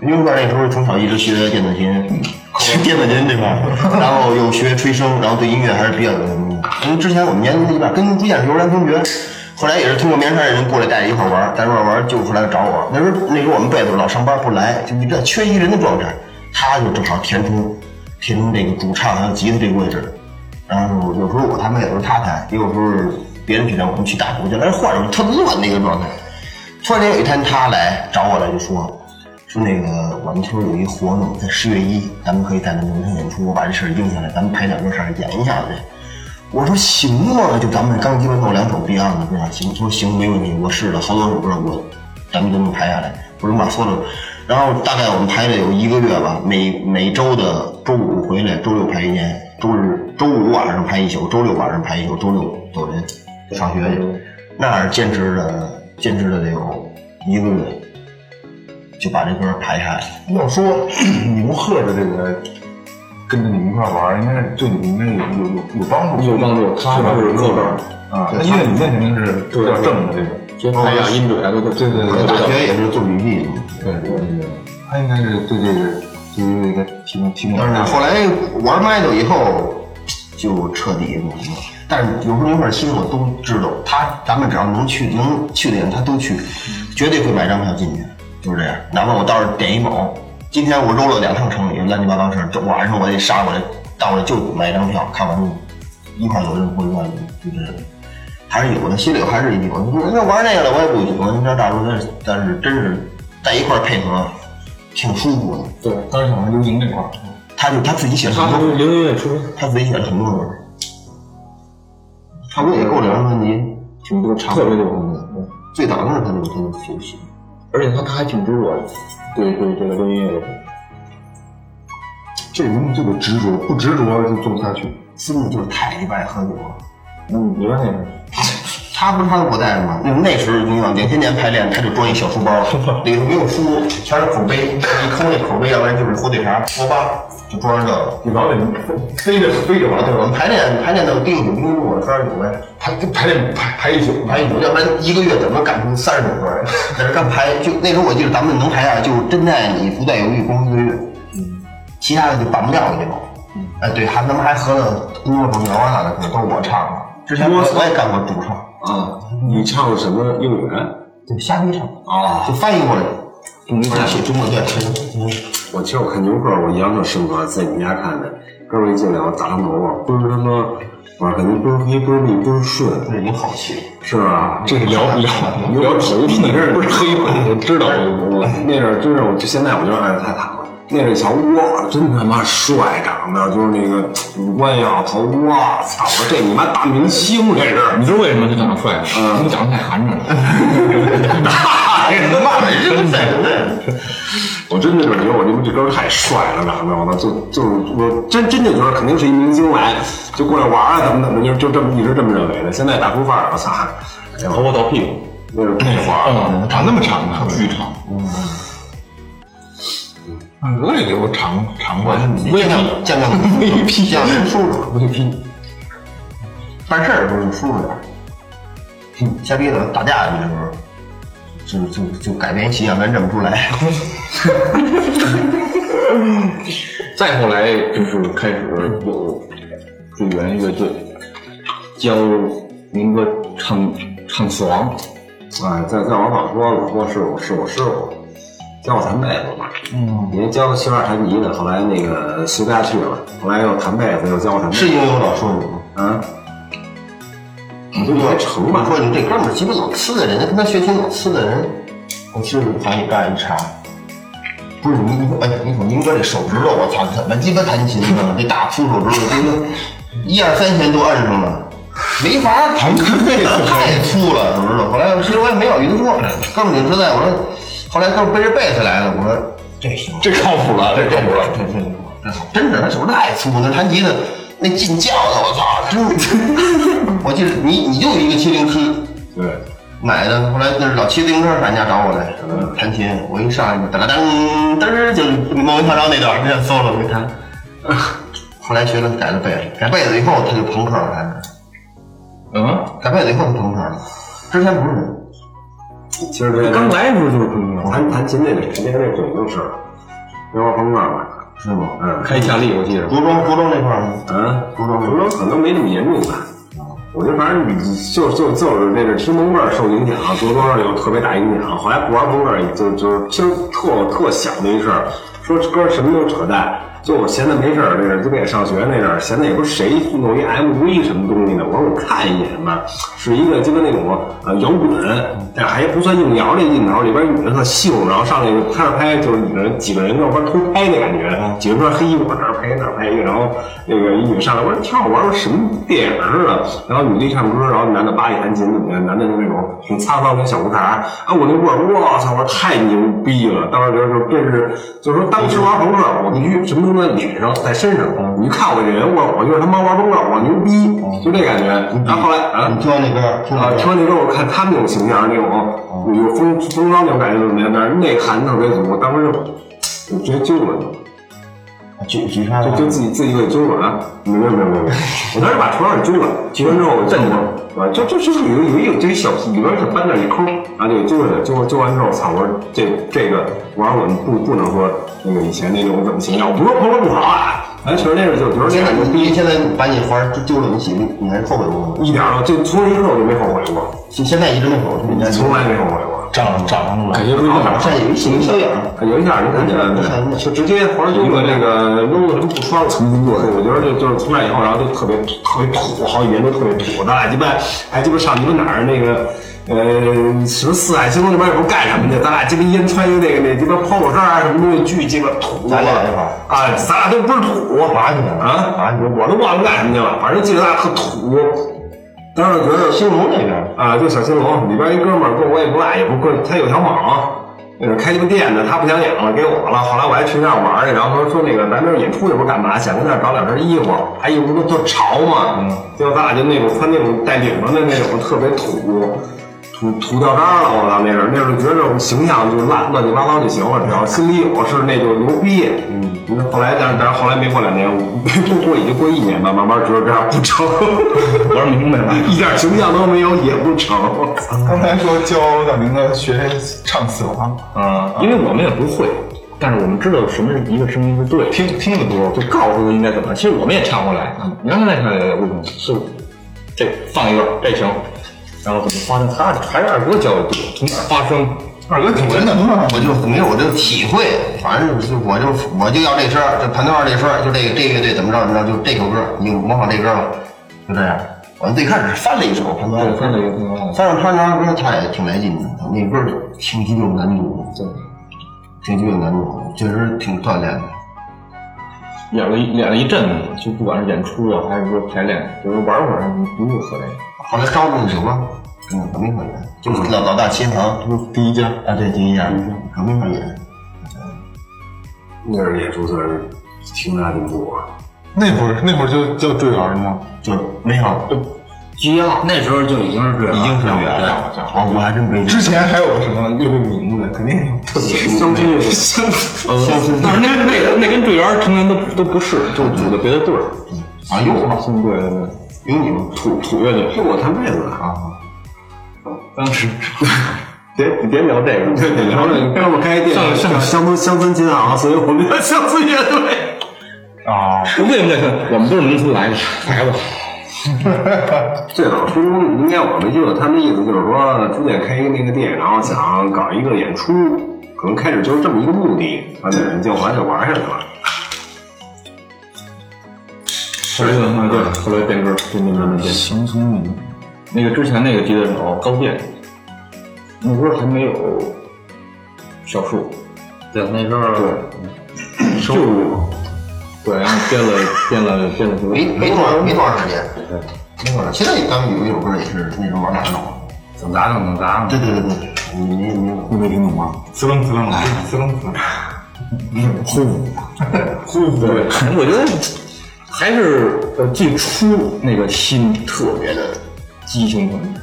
Speaker 5: 牛克尔那时候从小一直学电子琴， 学电子琴这块儿，然后又学吹笙，然后对音乐还是比较有什么的。因为之前我们年龄一半，跟朱建是幼儿园同学。后来也是通过绵山人过来带着一块儿玩儿，在一块儿玩儿就后来找我。那时候那时候我们贝子老上班不来，就一个缺一人的状态，他就正好填充填充这个主唱还有吉他这个位置。然后有时候我弹贝斯，有时候他弹，也有时候别人去弹，我们去打鼓去了，哎换着特别乱那个状态。突然间有一天他来找我来就说，说那个我们村有一活动，在十月一，咱们可以在那农村演出，我把这事儿应下来，咱们拍两个事儿演一下去。我说行啊，就咱们刚鸡巴弄两首 Beyond 的歌，行，他说行，没问题，我试了好多首歌，我咱们就能排下来，我说马说了，然后大概我们排了有一个月吧，每每周的周五回来，周六排一天，周日周五晚上排一宿，周六晚上排一宿，周六走人上学去，那儿坚持了坚持了得有一个月，就把这歌排下来了。
Speaker 3: 要说 牛赫的这个跟着你们一块儿玩儿，应该是对你们应该有有有有帮助，
Speaker 7: 有帮助他
Speaker 3: 是吧？
Speaker 7: 是
Speaker 3: 有
Speaker 7: 坐这儿
Speaker 3: 啊，那因为你那肯定是比较正的这个，
Speaker 7: 就拍呀、音准啊，都都对对
Speaker 5: 我大学也是做笔记的。
Speaker 3: 对对对，他应该是对这个对这个提供提供
Speaker 5: 但是后来玩 Metal 以后，就彻底那什么。但是有时候那块儿，其实我都知道，他咱们只要能去能去的人，他都去，绝对会买张票进去，就是这样。哪怕我到时候点一卯，今天我揉了两趟城里乱七八糟事儿，这晚上我得杀过来，到了就买张票看完了，一块儿有人会愿意，就这样。还是有的，心里还是有。你说玩那个的我也不喜欢，你像大叔，但是但是真是在一块儿配合，挺舒服的。
Speaker 3: 对，当时想着流行这块儿，
Speaker 5: 他就他自己写了
Speaker 7: 他
Speaker 5: 很
Speaker 7: 是
Speaker 5: 多，
Speaker 7: 零音乐出身，
Speaker 5: 他自己写了很多歌，差不多也够两张专辑，
Speaker 7: 挺多差特别多东西，嗯
Speaker 5: 最早那是他就他就写写，
Speaker 7: 而且他他还挺执着的，对对这个对音乐的。
Speaker 3: 这个东西就得执着，不执着就做不下去。
Speaker 5: 孙子就是太鸡巴爱喝酒了。
Speaker 3: 嗯，你说那个，
Speaker 5: 他不是他不带着吗？那那时候你想，两千年排练，他就装一小书包，里头没有书，全是口碑，一抠那口碑，要不然就是火腿肠、锅巴，就装着这个。
Speaker 3: 你老得飞着飞着玩儿，
Speaker 5: 啊，对，我们排练排练到第五公路，三十九呗。
Speaker 3: 排排练排排一宿，
Speaker 5: 排一首，要不然一个月怎么干出三十首歌来？在这干排，就那时候我记得咱们能排下来，就是《真爱你》《不再犹豫》《光辉岁月》，其他的就办不掉了那种。哎，对，还咱们还合了《姑娘苗啊啥的歌，都是我唱的。之前我我也干过主唱，
Speaker 8: 啊，你唱过什么幼儿园？
Speaker 5: 就瞎逼唱，
Speaker 8: 啊，
Speaker 5: 就翻译过来。中国去中国队，
Speaker 3: 我其实我看牛哥，我印象特深刻，在你们家看的，哥们一进来我打他脑瓜，不是他妈，我感觉不是一不是不是顺，
Speaker 5: 是你好奇。
Speaker 3: 是吧？
Speaker 4: 这是聊聊聊头发
Speaker 3: 你这
Speaker 4: 呢，
Speaker 3: 是
Speaker 4: 不是黑粉，我知道。
Speaker 3: 我那阵儿真是，我就现在我就爱他他了。那阵儿一瞧，哇，真他妈帅，长得就是那个五官也好，头，哇啊操，我说这你妈大明星这是。
Speaker 4: 你知道为什么他长得帅吗？因
Speaker 7: 嗯
Speaker 4: 为长得太寒碜了。
Speaker 5: 大爷，他骂人是真
Speaker 3: 我真的是觉得我这这哥们儿太帅了，长得我操，就就是我真真就觉得肯定是一明星来，就过来玩啊，怎么怎么，就就这么一直这么认为的。现在大叔范儿，我操，哎
Speaker 7: 头发到屁股，
Speaker 3: 那是那会儿，
Speaker 4: 嗯，长那么长呢，巨长。嗯，我也留长
Speaker 7: 嗯
Speaker 4: 长过。
Speaker 5: 为什么见面
Speaker 4: VP
Speaker 5: 见面叔叔
Speaker 4: 我就拼，
Speaker 5: 办事儿不是叔叔点儿，哼瞎逼的打架有时候，就就就改变习惯，咱认不出来。
Speaker 7: 再后来就是开始有队员乐队，教民歌唱唱啊死亡，
Speaker 3: 哎，再再往早说了，说是我是我师傅，教我弹贝斯嘛。嗯，人家教我学二弹吉的，后来那个学不下去了，后来又弹贝斯，又教我弹贝斯。
Speaker 5: 是因为我老说你吗？
Speaker 3: 啊，
Speaker 5: 就
Speaker 3: 也成吧
Speaker 5: 我说你这哥们儿鸡巴老呲的人，跟他学琴老呲的人，我其实好像一干一茬。不是你，你哎，你瞅宁哥这手指头，我操，怎么鸡巴弹琴 呢？这大粗手指头，真的，一二三弦都摁上了，没法儿 弹，太粗了，手指头。后来其实我也没往匀说，哥们儿挺实在。我说，后来哥们儿背着贝斯来了，我说这行，
Speaker 4: 这靠谱了，这靠谱了。
Speaker 5: 这这这好，真是他手太粗了，弹吉他那劲叫的，我操，真是。 我记得你你就有一个七零七
Speaker 3: 对，
Speaker 5: 买的，后来那是老骑自行车上人家找我来弹琴，我一上来就哒啦噔噔儿就莫文涛章那段儿，那样 solo 没弹。后来学了改了贝斯，改贝斯以后他就朋克了，还是
Speaker 7: 嗯，
Speaker 5: 改贝斯以后他朋克了，之前不是。
Speaker 3: 其实这
Speaker 7: 刚来的时候就是朋克，
Speaker 3: 弹弹琴那个之前那种就是，那会儿朋克吧，是吗？嗯，
Speaker 7: 开夏利我记着，
Speaker 5: 着装着装这块儿呢，
Speaker 3: 嗯，
Speaker 5: 着装
Speaker 3: 我说可能没那么严重吧。我觉得反正就就就是那个听朋克受影响，多多少少有特别大影响。后来不玩朋克，就就是其实特特小的一事儿，说歌什么都扯淡。就我闲的没事儿那阵儿，就也上学那阵儿，闲的也不是谁弄一 MV 什么东西呢，我说我看一眼吧，是一个就跟那种呃摇滚，但还不算硬摇这劲头，里边女的特秀，然后上来就开始拍，就是女的几个人跟我玩偷拍那感觉，啊几个穿黑衣服往这儿拍那儿拍一个，然后那个一女上来我说跳舞玩什么电影似的，然后女的一唱歌，然后男的扒一弹琴怎么样，男的就那种挺擦帮的小裤衩儿，啊我那会儿我操，我说太牛逼了，当时觉得就真是，就是说当时玩朋克，我必须什么都在脸上在身上，你看我这人，我我就是他妈玩朋克，我牛逼，就这感觉，然后后来啊。
Speaker 5: 你听完那歌，听
Speaker 3: 啊，
Speaker 5: 完
Speaker 3: 听完那歌，我看他们那种形象，那种有风风骚那种感觉怎么样？但是内涵特别足，我当时就直接揪了，
Speaker 5: 举举啥？
Speaker 3: 就就自己自己给揪了啊！没有没有没有没有，我当时把床上揪了，揪完之后我震着，啊，就就就是有有一有这一小里边小扳点一抠，然后就给揪了，揪揪完之后，操！我说这这个，我说我们不不能说那个以前那种怎么形象，我不是说朋友不好啊，咱确实那时候就觉得
Speaker 5: 现
Speaker 3: 这
Speaker 5: 在
Speaker 3: 感觉
Speaker 5: 你现在把你花儿丢了，你媳妇，你还后悔过吗？
Speaker 3: 一点儿就从那之后我就没后悔过，
Speaker 5: 现现在一直没后悔，
Speaker 3: 从来没后悔过。
Speaker 4: 长长上了，感
Speaker 3: 嗯
Speaker 4: 觉
Speaker 5: 现在有一小眼儿。
Speaker 3: 有一下，你看这就嗯直接黄金的那个扔了都不穿了，重新做。我觉得就就是从那以后，然后就特别特别土，好几年都特别土。咱俩鸡巴还鸡巴上你们哪儿那个呃什么四海兴隆那边也不干什么去，咱俩鸡巴一人穿一个那个那鸡巴 polo 衫啊什么东西，巨鸡巴土。
Speaker 5: 咱俩一块儿
Speaker 3: 啊，咱俩都不是土，
Speaker 5: 嘛去了
Speaker 3: 啊
Speaker 5: 嘛去了
Speaker 3: 我都忘了干什么去了，反正记得咱俩特土。当时觉得
Speaker 5: 兴隆那边，
Speaker 3: 啊，就小青龙里边一哥们儿跟我也不赖，也不跟他有条蟒，那是开一个店的，他不想养了，给我了。后来我还去那儿玩儿去，然后说说那个咱这儿演出也不是干嘛，想跟那儿找两身衣服，还有不都潮嘛，
Speaker 5: 嗯
Speaker 3: 结果咱俩就那种穿那种嗯带领子的那种特别土。土土掉渣儿了，我操！那阵儿那阵儿觉得我形象就乱乱七八糟就行了，只要心里有是那就牛逼。嗯，那后来但是但是后来没过两年，不过也就过一年吧，慢慢觉得这样不成，
Speaker 7: 我说明白了，
Speaker 3: 一点形象都没有也不成。我操！
Speaker 4: 刚才说教大明哥学唱死亡，
Speaker 3: 嗯
Speaker 7: 啊，因为我们也不会，但是我们知道什么是一个声音是对的，
Speaker 4: 听听得多，
Speaker 7: 就告诉他应该怎么。其实我们也唱过来，你让他再唱也无从，是这放一个这行，然后怎么发声，他还是二哥教的多，从哪儿发声，
Speaker 3: 二哥挺
Speaker 5: 真的，我就没有，我就体会，反正就是我就我就要这声儿，就盘头二这声儿，就这个这乐队怎么着怎么着，就这首歌，你就模仿这歌吧，就这样。我最开始翻了一首盘头二，
Speaker 3: 分了一个，
Speaker 5: 翻了盘头二歌，他也挺来劲的，那歌儿挺具有难度的，挺具有难度的，确实挺锻炼的。
Speaker 7: 演了一演了一阵子，就不管是演出啊，还是说排练，就是玩会儿，不用喝这个。
Speaker 5: 后来招了那酒吧，嗯，没法演，就是老老大琴行，
Speaker 3: 第一家
Speaker 5: 啊，对，第一样，可没法演。
Speaker 8: 那阵演出算是挺大进步啊。
Speaker 3: 那会儿那会儿就叫坠儿吗？
Speaker 5: 就没有，
Speaker 4: 需要那时候就已经是
Speaker 5: 已经是
Speaker 4: 了
Speaker 5: 远了。我我还真没
Speaker 3: 之前还有个什么乐队名字，肯定有特别
Speaker 8: 相亲也是
Speaker 7: 呃，但是那个那个那跟队员成员都都不是，就组的别的队儿。
Speaker 5: 啊，有吗？
Speaker 7: 对对对，
Speaker 5: 有你吗？
Speaker 7: 土土乐队。
Speaker 8: 就我谈妹子啊，
Speaker 7: 当时
Speaker 8: 别别聊这个，别聊这个，哥们开店
Speaker 7: 上上
Speaker 8: 乡村乡村琴行，所以我们叫乡村乐队。
Speaker 3: 啊，
Speaker 7: 为什么叫？我们都是农村来的孩子。
Speaker 8: 最早初中应该我没记错，他们意思就是说，朱建开一个那个店，然后想搞一个演出，可能开始就是这么一个目的，反正就玩就玩下去了。
Speaker 7: 后来对，后来变歌，变变变变变。乡村那个之前那个吉他手高健，那时候还没有小树，
Speaker 4: 对，那时候
Speaker 7: 就对，然后编了编了编了
Speaker 5: 没没多少没多长时间，没多长。现在咱们有一首歌也是那时候玩哪弄？
Speaker 4: 怎咋弄怎咋
Speaker 5: 对对对对，你你你
Speaker 3: 你没听懂
Speaker 5: 啊
Speaker 3: 吗？滋楞滋
Speaker 7: 啊
Speaker 3: 楞，滋楞滋楞，互补，互补，
Speaker 7: 对，反正我觉得还是呃最初那个心特别的激情澎湃。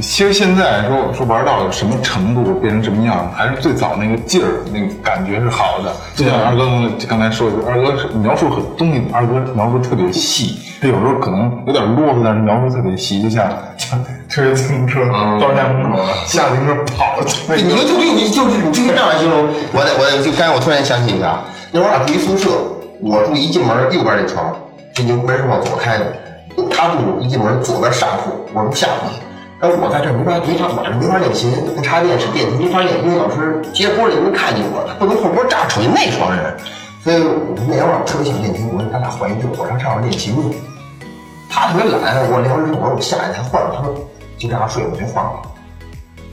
Speaker 3: 其实现在说说玩到什么程度，变成什么样，还是最早那个劲儿，那个感觉是好的。就
Speaker 7: 啊
Speaker 3: 像二哥刚才说的，二哥是描述很东西，二哥描述特别细，他有时候可能有点啰嗦，但是描述特别细，就像 像推着自行车
Speaker 7: 嗯
Speaker 3: 到家门口了，啊下自行车跑 了，那
Speaker 5: 你就
Speaker 3: 个
Speaker 5: 就你就是你就是这样形容。我得我就刚才我突然想起一个，啊那会儿俺住一宿舍，我住一进门右边这床，这门门是往左开的，他住一进门左边上铺，我住下铺。然后我在这儿没法没法晚上没法练琴，不插电是电琴没法练，因为老师接波儿也能看见我，他不能后边炸瞅见那床人。所以我那会儿我特别想练琴，我说咱俩换一个，我上上面练琴去。他特别懒，我聊完之后我说我下一台换了，他说就这样睡我就换了。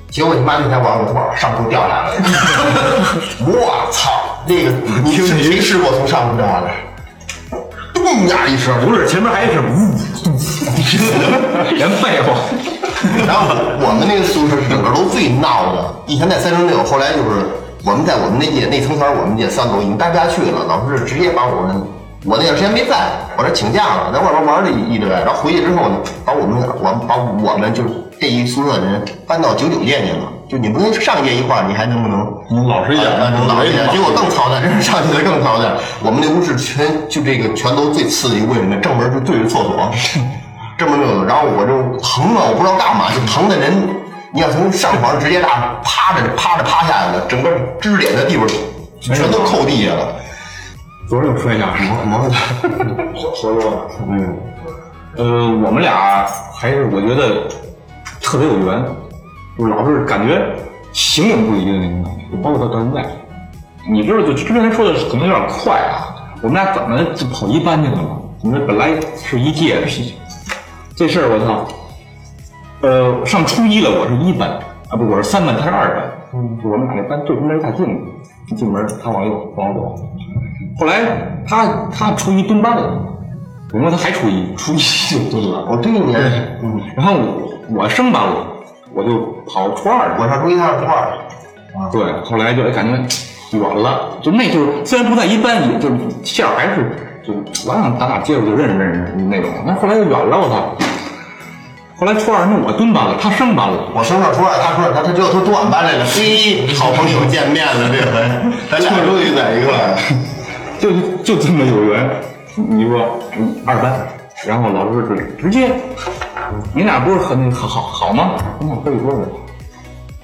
Speaker 5: 结果你妈那天晚上我从上铺掉下来了，我操！那个你谁试过从上铺掉下来？咚呀一声，
Speaker 7: 不是，前面还是连背后，
Speaker 5: 然后我们那个宿舍是整个楼最闹的，以前在三零六，后来就是我们在我们那届那层层，我们届三楼已经待不下去了，老师直接把我们，我那段时间没在，我这请假了，在外边玩了一一礼拜，然后回去之后呢，把我们我们把我们就是这一宿舍的人搬到九九届去了。就你不跟上届一换，你还能不能
Speaker 3: 能老实一点
Speaker 5: 啊能老实一点
Speaker 3: 能老。实
Speaker 5: 结
Speaker 3: 一点
Speaker 5: 果更操蛋，这是上去的更操蛋。我们那屋是全就这个全楼最次的一个位置，那正门是对着厕所，正门对着厕所。然后我就疼啊，我不知道干嘛，就疼的人，你要从上床直接大趴着趴着趴下来了，整个支脸的地方全都扣地下了。
Speaker 7: 昨儿又摔下来。
Speaker 5: 磨磨的，
Speaker 8: 活络了，
Speaker 5: 嗯，
Speaker 7: 呃，我们俩还是我觉得特别有缘，就是老是感觉形影不离的那种感觉，包括到到现在。你知道，就之前说的可能有点快啊，我们俩怎么就跑一班去了呢？你说本来是一届的，这事儿我操，呃，上初一了，我是一班啊，不，我是三班，他是二班，嗯，我们俩那班对门儿太近了，一进门儿他往右往左走，后来他他初一蹲班里了，我说他还初一，初一就蹲了，
Speaker 5: 我对你，嗯，
Speaker 7: 然后我我升班了，我就跑初二去
Speaker 5: 我
Speaker 7: 了，
Speaker 5: 上初一，他上初二，
Speaker 7: 对，后来就哎感觉远了，就那就是虽然不在一班，也就是线儿还是就我想咱俩接触就认识认识那种，但是后来就远了，我操。后来初二那我蹲班了，他升班了，
Speaker 5: 我升上初二，他初二，他他只有他读俺班来了，嘿，好朋友见面了，这回咱俩终于在一块儿了。
Speaker 7: 就就这么有缘。你说嗯二班，然后老师就直接，你俩不是很好好好吗？ 我俩可以说是。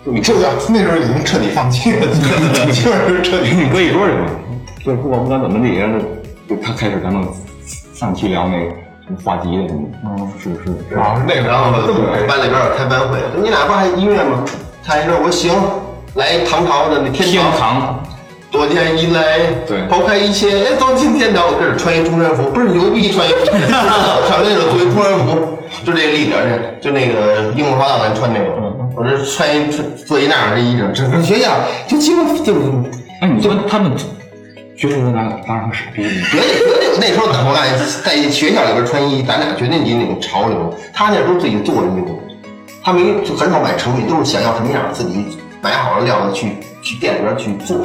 Speaker 3: 你就像那时候已经彻底放弃了，就是彻底。
Speaker 7: 你搁一桌去吧，就是不管不管怎么地，然后就他开始咱们上期聊那个什么话题的什么，嗯，是不是？
Speaker 3: 啊，那个
Speaker 5: 然后
Speaker 3: 这么
Speaker 5: 班里边儿有开班会，你俩不还音乐吗？他一说我行，来唐朝的那天
Speaker 7: 天
Speaker 5: 堂，
Speaker 7: 堂，
Speaker 5: 多年以来，
Speaker 3: 对
Speaker 5: 抛开一切，哎，走进天堂，我这是穿一中山服，不是牛逼穿一， 不是穿那种作为中山服，就这个立点儿去，就那个樱木花道咱穿那个，
Speaker 3: 嗯
Speaker 5: 我这穿一穿做一那样的衣裳，这你学想，就几乎就
Speaker 7: 哎，你说他们觉得咱俩当然傻逼，
Speaker 5: 绝对绝对，那时候咱我俩在学校里边穿衣，咱俩绝对你那种潮流，他那时候自己做衣服，他没就很少买成品，都是想要什么样自己买好了料子去去店里边去 做，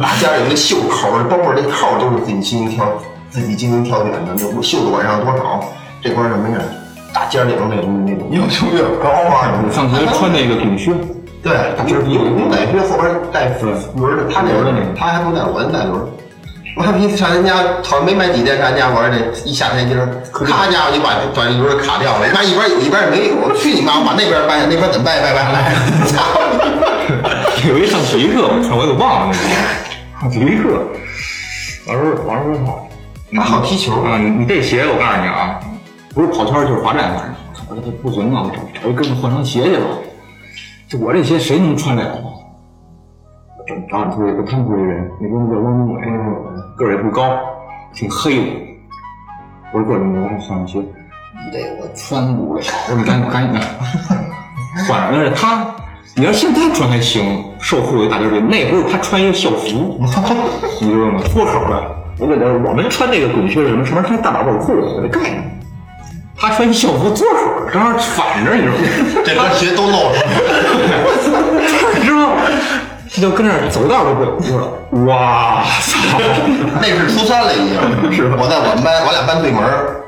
Speaker 5: 大家有那袖口，包括这扣都是自己精心挑，自己精心挑选的，那袖子往上多少，这块儿什么样，大尖领那种那种，
Speaker 3: 要求越高啊！
Speaker 7: 上学穿那个短靴，
Speaker 5: 对，就是有牛奶靴后边带轮儿的，他那
Speaker 7: 轮儿的那个
Speaker 5: 他还不带我那带轮儿。我还平时上人家，好像没买几天，上人家玩儿去，一下台阶儿，咔家伙就把把轮儿卡掉了。妈一边有一边也没有，我去你妈！我把那边掰，那边怎么掰掰掰来？操你
Speaker 7: 有一上体育课，我操，我给忘了那个体育课。老师，老师说，
Speaker 5: 妈！还好踢球，
Speaker 7: 啊，你这鞋我告诉你啊，不是跑圈儿就是罚站，反正我操，这不行啊，我找找一哥们换双鞋去吧。这我这鞋谁能穿来了？找找俺出去，他们出去人，那哥们叫汪东伟，个儿也不高，挺黑的。我说过来，你给我换双鞋。你这我穿不了，我说你赶紧赶紧的，换上。但是他，你要现在穿还行，售后一大溜儿那会儿他穿一个校服， 你知道吗？脱口的。我感觉我们穿那个滚靴是什么？什么穿大喇叭裤，有这概念。他穿校服脱口，正好反着，你知道吗？
Speaker 5: 这双鞋都露出来了。
Speaker 7: 你知道吗？他就跟那儿走道都不知道。哇操！
Speaker 5: 那是初三了已经。 是我在我们班，我俩班对门儿，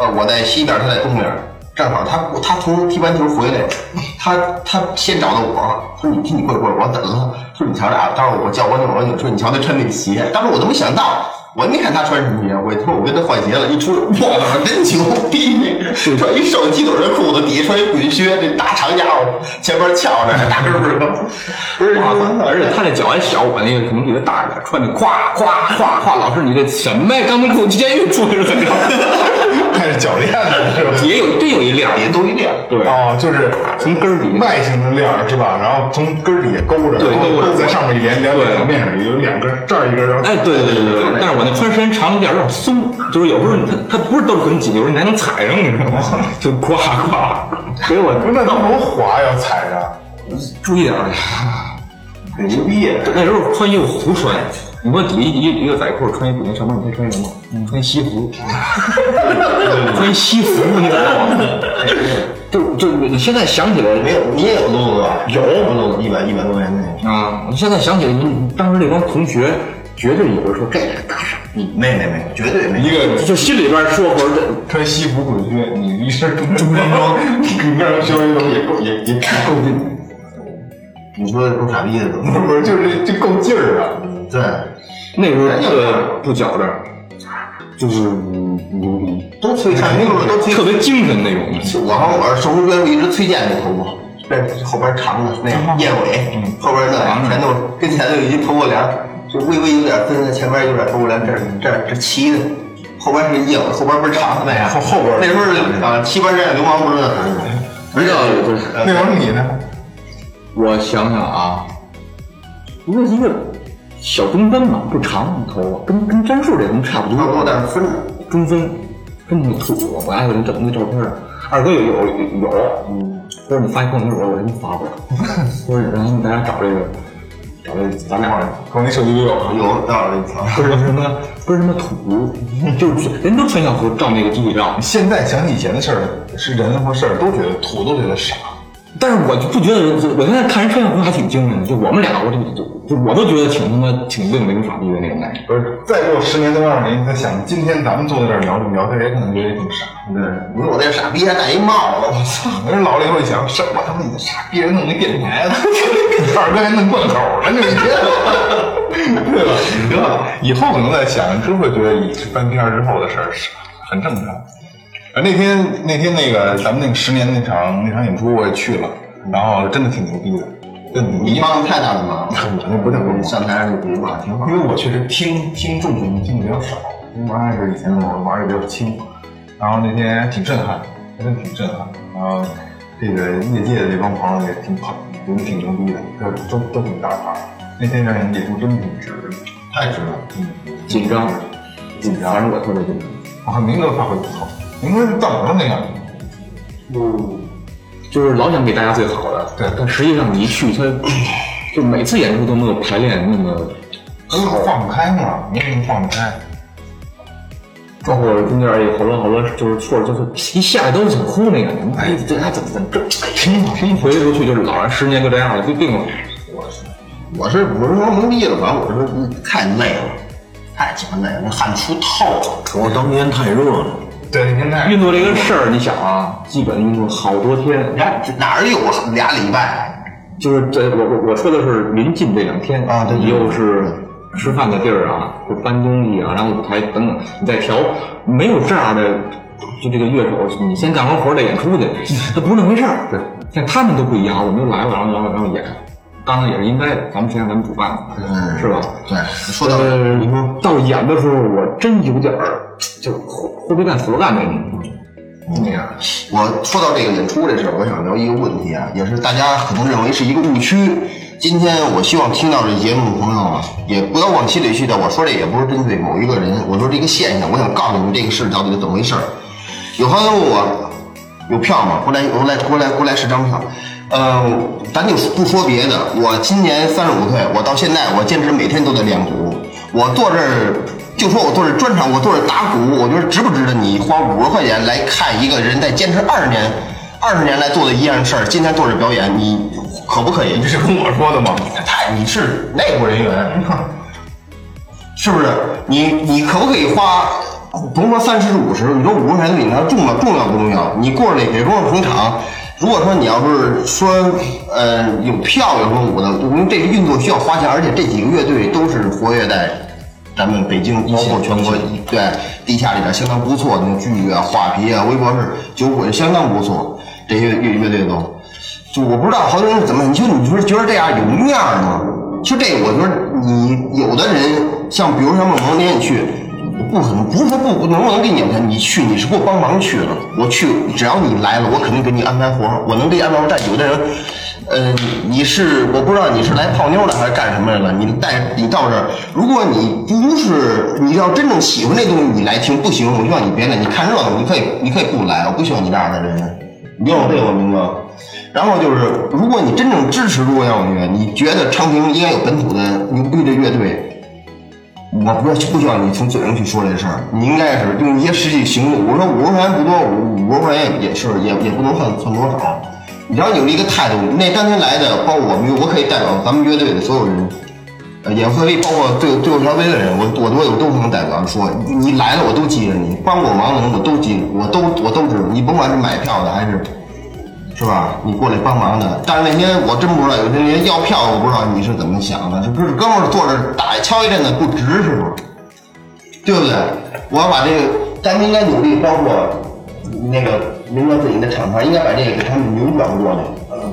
Speaker 5: 呃，我在西边儿，他在东边儿，正好他他从踢完球回来，他他先找的我，他说你踢你过来过来，我怎么了？说你瞧这啊，当时我叫我那我说你瞧他穿那鞋，当时我都没想到。我也没看他穿什么鞋，我一说我跟他换鞋了，一出来，我操，真牛逼！ 穿一瘦鸡腿儿的裤子，底下穿一滚靴，这大长家伙前边翘着，大根儿不是吗？ 不是，
Speaker 7: 而且他那脚还小，我那个可能比他大一点，穿的夸夸夸夸。老师，你这什么呀？刚从进监狱出来了，怎么着？
Speaker 3: 开始脚链子是吧？
Speaker 7: 也有真有一亮，也都一亮。对，
Speaker 3: 哦，就是
Speaker 7: 从根儿底下
Speaker 3: 外形的链儿是吧？然后从根儿底下勾着，
Speaker 7: 对
Speaker 3: 然后
Speaker 7: 勾着
Speaker 3: 在上面一连连
Speaker 7: 对
Speaker 3: 两面上有两根儿，这儿一根儿，然后
Speaker 7: 哎，对对对对对，但是我那穿时间长了有点有点松，就是有时候它它不是兜得很紧，有时候你还能踩上，你知道吗？就呱呱，所以我
Speaker 3: 不是那它多滑呀，踩着。
Speaker 7: 注意点儿。
Speaker 3: 很牛逼，
Speaker 7: 那时候穿衣服胡穿，你说底一一一个仔裤穿一底上面，你可以穿什么？你穿西服，穿西服，你知道吗？就就你现在想起来
Speaker 5: 没有，你也有露子吧？有露子，一百一百多块钱那个。
Speaker 7: 啊？你现在想起来，你你当时那帮同学绝对有人说这俩大傻逼，
Speaker 5: 没没没，绝对没。
Speaker 3: 一个
Speaker 7: 就心里边说或者这
Speaker 3: 穿西服滚靴，你一身中中山装，整个稍微都也够也也够劲，
Speaker 5: 你说够傻逼的都。
Speaker 3: 不是就是这够劲儿啊！
Speaker 5: 对，
Speaker 7: 那时候呃不觉着，就是牛逼，
Speaker 5: 都催上那会都催。
Speaker 7: 特别精神那种。
Speaker 5: 我和我手术边一直崔健那头发，这后边长的那个燕
Speaker 7: 嗯
Speaker 5: 尾，后边那全都是跟前头有一头发帘儿，就微微有点分的，前边有点头发帘儿，这儿这儿这齐的，后边是硬，后边不是长的那样。
Speaker 3: 后后边儿
Speaker 5: 那时候啊，七八十年代流氓不是那啥哎
Speaker 7: 知道
Speaker 3: 那会儿你呢？
Speaker 7: 我想想啊，一个一个小中分吧，不长头发，跟跟詹树这能差不多。
Speaker 5: 差不多，但是分着。
Speaker 7: 中分，跟那土，我爱给人整那照片儿。二哥有有有，嗯，他说你发一朋友圈，我说我真发不了。 他说然后大家找这个，找这个咱俩人。
Speaker 3: 我那手机里有，
Speaker 5: 有道理，操！
Speaker 7: 不是什么，不是什么土，就是人都穿校服照那个集体照，
Speaker 3: 现在想起以前的事儿，是人或事儿都觉得土，都觉得傻。
Speaker 7: 但是我就不觉得人，我现在看人穿校服还挺精神的，就我们俩，我就就就我都觉得挺他妈挺愣的，挺傻逼的那种感觉。
Speaker 3: 不是，再过十年到二十年，你再想今天咱们坐在这儿聊这么聊天，也可能觉得也挺傻。
Speaker 5: 对，你说我这傻逼还戴一帽子，我操！
Speaker 3: 那老了以后一想，什么他妈你这傻逼人弄一电台了， 二哥还弄贯口了，这一天，对吧？你知道吧，以后可能在想，真会觉得你是翻篇儿之后的事儿是很正常。啊，那天那天那个咱们那个十年那场那场演出我也去了，然后真的挺牛逼的，真的挺牛
Speaker 5: 你
Speaker 3: 逼。
Speaker 5: 帮的太大了 嘛，
Speaker 3: 我那不叫流氓
Speaker 5: 上台上就比划挺好
Speaker 3: 因。为我确实听听众群听的比较少，因为我还是以前我玩的比较轻，然后那天还挺震撼，还真挺震撼。然后这个业界的这帮朋友也挺捧，也挺牛逼的，都都都挺大牌儿。那天让人演出真挺值，太值了。嗯，
Speaker 7: 紧张，
Speaker 3: 紧张，
Speaker 7: 反正我特别紧张。
Speaker 3: 我看明哥发挥不错，明哥是到我那样，
Speaker 7: 就是老想给大家最好的，
Speaker 3: 对
Speaker 7: 但实际上你一去，他就每次演出都没有排练那么
Speaker 3: 因为放不开嘛，因为放不开。
Speaker 7: 包括中间也好多好多就是错，就是一下来都想哭那个，哎，这还怎么怎么这听听回头去就是老人十年就这样了，就病了。
Speaker 5: 我是不是说懵逼了，反正我是说嗯太累了，太鸡巴累了，那汗出透了。
Speaker 4: 我当年太热了，
Speaker 3: 对，那天在
Speaker 7: 运动这个事儿，你想啊，基本运动好多天，
Speaker 5: 哪哪儿有俩礼拜？
Speaker 7: 就是这我我我说的是临近这两天
Speaker 5: 啊对对
Speaker 7: 你
Speaker 5: 对
Speaker 7: 又是吃饭的地儿啊，就搬东西啊，然后舞台等等，你再调，没有这样的，就这个乐手，你先干完活儿再演出去，他不是那回事儿。对，像他们都不一样，我们就来了，然后然后然后演，当然也是应该的，咱们谁让咱们主办的，
Speaker 5: 嗯
Speaker 7: 是吧？
Speaker 5: 对，说到
Speaker 7: 呃，到演的时候，我真有点儿，就是活活别干死不干那种。那样，
Speaker 5: 我说到这个演出这事儿，我想聊一个问题啊，也是大家可能认为是一个误区。今天我希望听到这节目的朋友啊，也不要往心里去的。我说这也不是针对某一个人，我说这个现象，我想告诉你们这个事儿到底是怎么回事儿。有朋友问我有票吗？给我来，给我来，给我来，给我来十张票。呃，咱就不说别的，我今年三十五岁，我到现在我坚持每天都在练鼓。我坐这儿，就说我坐这儿专场，我坐这儿打鼓，我觉得值不值得你花五十块钱来看一个人在坚持二十年、二十年来做的一件事儿，今天做这表演，你可不可以？
Speaker 3: 你是跟我说的吗？
Speaker 5: 太，你是内部人员， 是不是？你你可不可以花，甭说三十五十，你说五十块钱对你来说重要重要不重要？你过来给多少捧场？如果说你要是说呃有票有什么舞的，因为这个运作需要花钱，而且这几个乐队都是活跃在咱们北京包括全国对地下里边相当不错的那剧啊、画皮啊、微博是酒鬼相当不错，这些乐乐队都。就我不知道好多人是怎么，你就你说觉得这样有面儿吗？就这，我觉得你有的人像比如像孟萌那天你去，不可能不是说不不能不能给你安排，你去你是给我帮忙去了，我去只要你来了，我肯定给你安排活儿，我能给你安排活儿。但有的人，呃，你是我不知道你是来泡妞的还是干什么来了，你带你到这儿，如果你不是你要真正喜欢这东西，你来听不行，我就让你别来，你看热闹，你可以你可以不来，我不喜欢你这样的人，你有这个明白吗？然后就是，如果你真正支持中国摇滚乐，你觉得昌平应该有本土的牛逼的乐队，我不是不需要你从嘴上去说这事儿，你应该是用一些实际行动。我说五十块钱不多，五五十块钱也也是也也不能算算多少。你要有一个态度，那当天来的，包括我们，我可以代表咱们乐队的所有人，呃也可以包括最后最后调杯的人，我我我有都能代表说，你来了我都记着你，帮我忙的人我都记，我都我都知道，你甭管是买票的还是。是吧？你过来帮忙的。但是那天我真不知道，有些人要票，我不知道你是怎么想的。是不是哥们儿坐这儿打敲一阵子不值是不是？对不对？我要把这个，咱们应该努力，包括那个明哥自己的厂牌，应该把这个给他们扭转过来。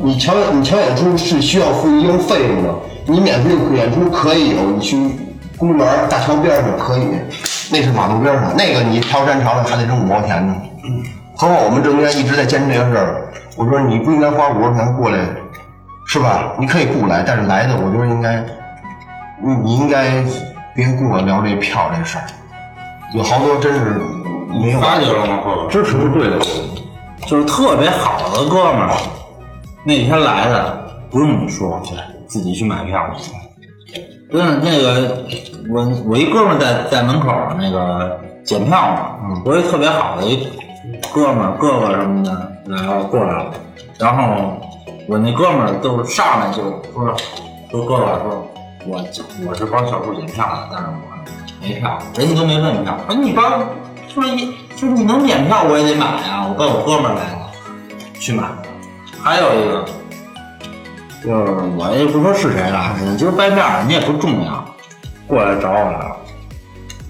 Speaker 5: 你瞧，你瞧演出是需要付一定费用的，你免费演出可以有，你去公园儿大桥边上可以，那是马路边上，那个你挑山潮了还得扔五毛钱呢。何况我们郑源一直在坚持这个事儿。我说你不应该花五十块钱过来，是吧？你可以不来，但是来的我觉得应该，你你应该别跟我聊这票这事儿。有好多真是没有
Speaker 4: 发觉了吗？后来
Speaker 7: 支持是对的，
Speaker 4: 就是特别好的哥们儿，那天来的不用你说我去，自己去买票去。真的，那个我我一哥们儿在在门口儿那个检票嘛，我一特别好的一哥们儿哥哥什么的，然后过来了，然后我那哥们儿就上来就说说哥哥说，我我是帮小树检票的，但是我没票，人家都没问票，说你帮说一说你能检票我也得买啊，我跟我哥们儿来了去买，还有一个就是我也不说是谁了，你就是掰面儿，人家也不重要，过来找我来了，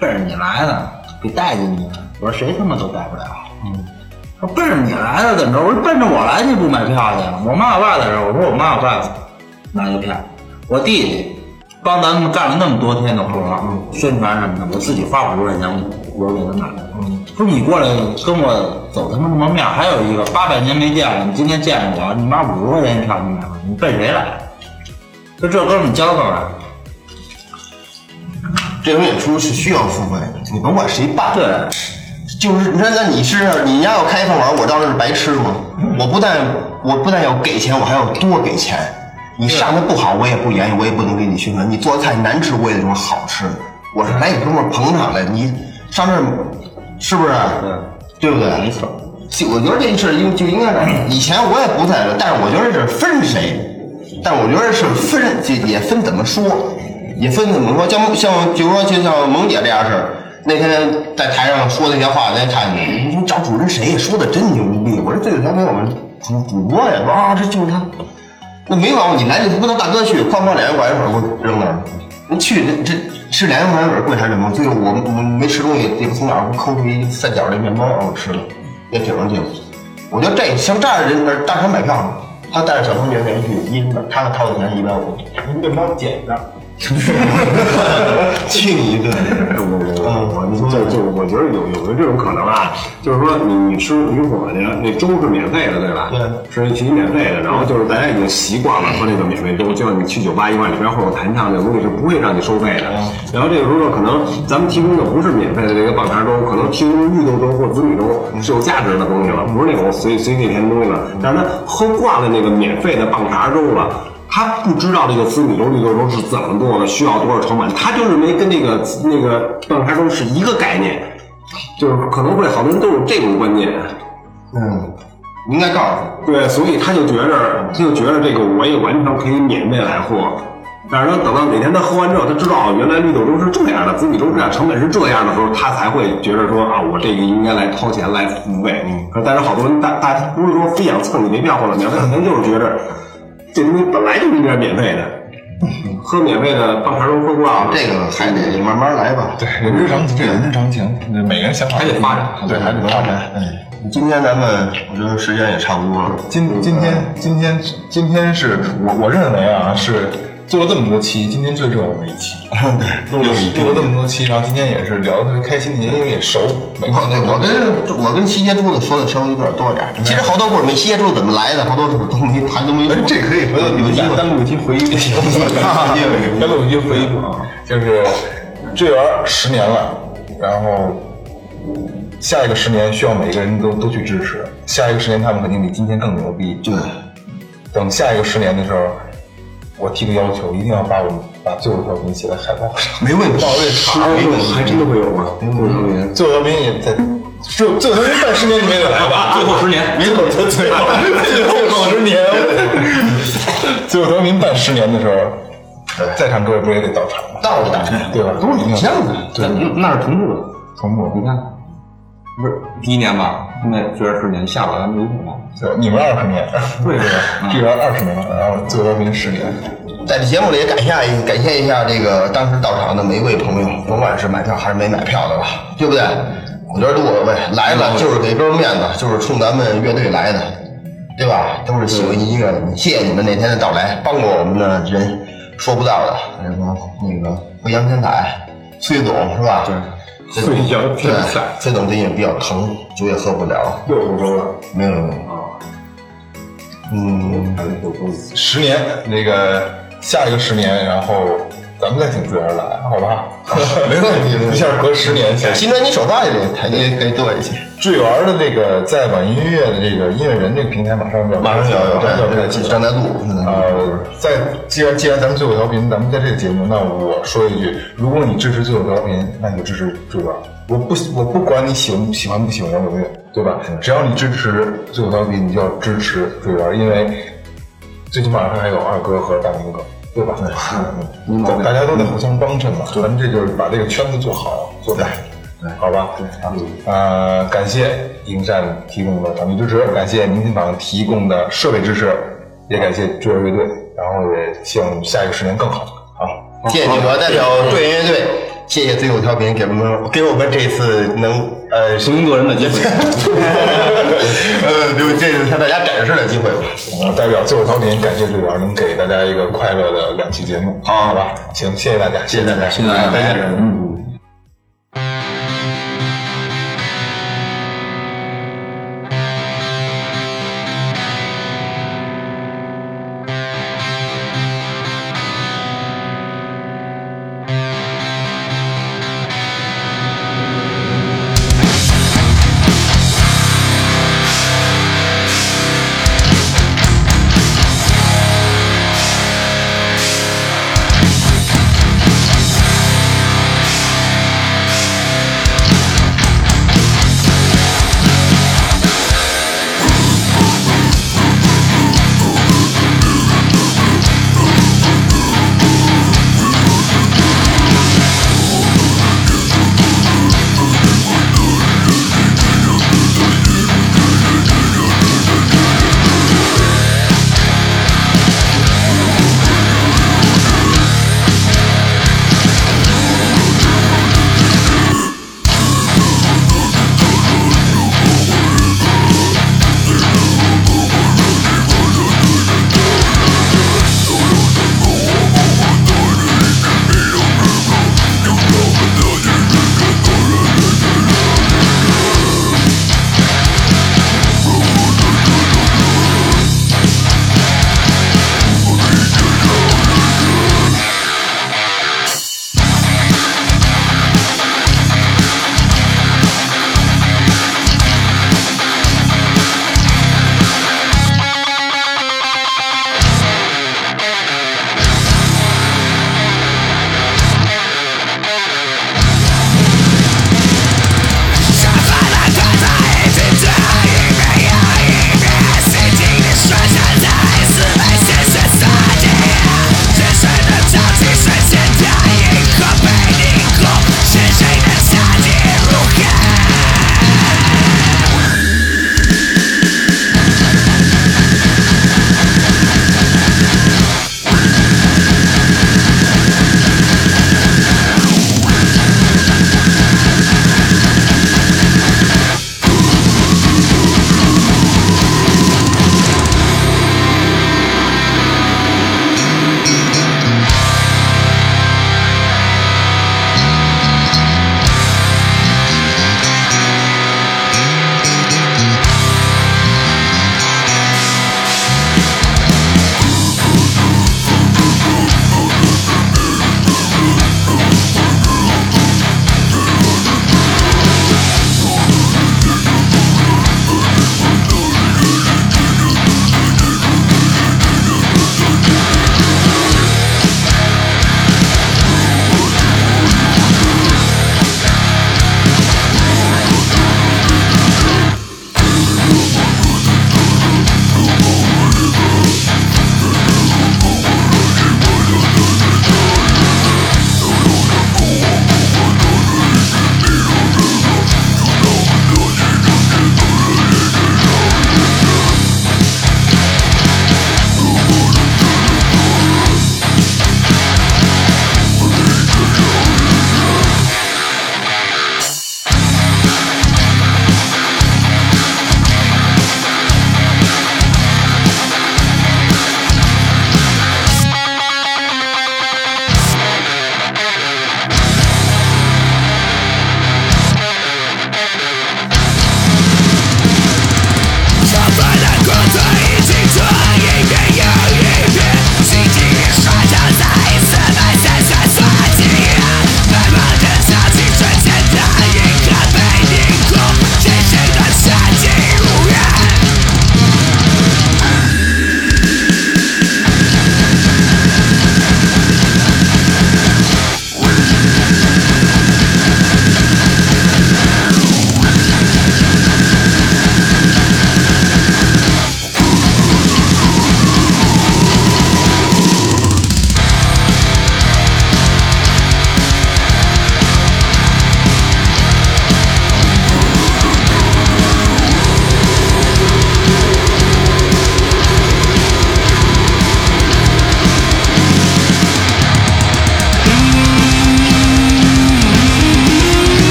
Speaker 4: 奔着你来的，给带进去了。我说谁他妈都带不了，嗯，说奔着你来的怎么着？我说奔着我来你不买票去？我妈我爸在这儿，我说我妈我爸拿个票，我弟弟帮咱们干了那么多天的活儿，啊嗯宣传什么的，我自己花五十块钱，我给他买的。
Speaker 7: 嗯
Speaker 4: 不是你过来跟我走他妈什么面儿？还有一个八百年没见了，你今天见着我，你妈五十块钱一场你买了，你奔谁来？就这哥们儿交道来。
Speaker 5: 这种演出是需要付费的，你甭管谁办。
Speaker 4: 对，
Speaker 5: 就是你说那你是你家要开饭馆，我到这是白吃吗？我不但我不但要给钱，我还要多给钱。你上的不好，我也不言语，我也不能给你宣传。你做的菜难吃，我也得说好吃。我是来给哥们儿捧场的，你上这儿是不是？啊对，不对？没错。我觉得这事儿就就应该是，以前我也不在这，但是我觉得是分谁，但我觉得是分这也分怎么说，也分怎么说。像像比如说就像萌姐这样式儿，那天在台上说那些话，那天看见你找主持人谁说的真牛逼，我说这个才没我们主主播呀，说啊这就是他，那没毛病，你来就不能大哥去，哐哐两元拐子粉给我扔那儿，你去这这吃两元拐子粉贵啥这么？最后我我没吃东西，也不从哪儿抠出一三角的面包让我吃了，也挺能劲。我觉得这像这样的人，那大成买票了，他带着小同学连续一人的，他掏的钱一百五，您面包捡的。 去你 一个！
Speaker 8: 我我啊就就我觉得有有没有这种可能啊？就是说你你吃你火去，那粥是免费的，对吧？对，是提免费的。然后就是大家已经习惯了喝那个免费粥，就像你去酒吧一块里边会有弹唱这个东西是不会让你收费的。然后这个时候可能咱们提供的不是免费的这个棒碴粥，可能提供绿豆粥或紫米粥是有价值的东西了，不是那种随随地填东西了。但是他喝惯了那个免费的棒碴粥了。他不知道这个紫米粥、绿豆粥是怎么做的，需要多少成本，他就是没跟那个那个棒碴粥是一个概念，就是可能会好多人都有这种观念，
Speaker 5: 嗯，应该告诉
Speaker 8: 对，所以他就觉着他就觉着这个我也完全可以免费来喝，但是他等到哪天他喝完之后，他知道原来绿豆粥是这样的，紫米粥是这样，成本是这样的时候，他才会觉着说啊，我这个应该来掏钱来付费。嗯，但是好多人大大不是说非想蹭你没票或者怎么样，他可能就是觉着。这东西本来就应该免 费的，喝免费的棒碴粥喝惯了，
Speaker 5: 这个还得慢慢来吧。
Speaker 3: 对，人之常情，人之常情，每个人想法
Speaker 8: 还得发展
Speaker 3: 对，还得发展。嗯。
Speaker 5: 今天咱们我觉得时间也差不多了，
Speaker 3: 今今天今天今天是我我认为啊是做了这么多期，今天最重要的一 期，录了录了这么多期，然后今天也是聊的特别开心，因为也熟，每
Speaker 5: 我对我跟我跟西街柱子说的稍微有点多点儿，其实好多故事没西街柱子怎么来的，好多都没谈都没说。
Speaker 3: 这可以回头
Speaker 5: 有机会
Speaker 3: 单录一期回忆录， 单录一期回忆录啊，就是这园十年了，然后下一个十年需要每个人都都去支持，下一个十年他们肯定比今天更牛逼。对，等下一个十年的时候，我提个要求，一定要把我们把最后一条名写在海报上。
Speaker 5: 没问题，没问
Speaker 8: 还
Speaker 5: 题。
Speaker 8: 真的会有吗？嗯，
Speaker 3: 最后一条名也在，最后最后一条名半十年你们也得来吧。
Speaker 4: 最后十年，
Speaker 3: 没准他最后最后十年，最后得名办十年的时候，在场各位不也得到场吗？
Speaker 5: 到了大成，
Speaker 3: 对吧？都是一样的，对，
Speaker 7: 那是同步的。
Speaker 3: 同步。
Speaker 7: 你看，不是第一年吧？现在觉得是年下边咱们有啊可能。
Speaker 3: 对，你们二十年，
Speaker 7: 对对，
Speaker 3: 这边二十年，然后最后名十年，
Speaker 5: 在这节目里也感谢感谢一下这个当时到场的每位朋友，甭管是买票还是没买票的吧，对不对？我觉得都无所谓，来了就是给哥们面子，就是冲咱们乐队来的，对吧？都是喜欢音乐的，谢谢你们那天的到来，帮过我们的人说不到的，什么那个未央天才，崔总是吧？对，
Speaker 8: 未央天才
Speaker 5: 对，崔总最近比较疼，酒也喝不了，
Speaker 8: 又五周了，
Speaker 5: 没有没有，嗯。
Speaker 3: 十年那个下一个十年，然后咱们再请自然来，好吧？ 没问题，一下隔十年 前。
Speaker 5: 新专辑首发也得谈也可以做一些，
Speaker 3: 坠园的这个在网易音乐的这个音乐人这个平台马上就要
Speaker 5: 马上就要有
Speaker 3: 马上就要开
Speaker 5: 对
Speaker 3: 启了
Speaker 5: 对，张大度，
Speaker 3: 呃，在既然既然咱们最后调频，咱们在这个节目，那我说一句，如果你支持最后调频，那你就支持坠园。我不我不管你喜欢不喜欢不喜欢摇滚乐，对吧？只要你支持最后调频，你就要支持坠园，因为最起码他还有二哥和大明哥，对吧？嗯，对大家都得互相帮衬嘛。咱们这就是把这个圈子做好做大，对，好吧？对啊，呃，感谢营善提供的场地支持，感谢明星榜提供的设备支持，也感谢坠儿乐队，然后也希望下一个十年更好。好，
Speaker 5: 谢谢你们代表队员乐队，谢谢最后调频给我们给我们这次能呃
Speaker 7: 是英国人 的机会。
Speaker 5: 呃，就这是向大家展示的机会。
Speaker 3: 我代表最后调频感谢主角能给大家一个快乐的两期节目，好吧？行，谢谢大家，谢谢大家，谢谢大家，再见。嗯。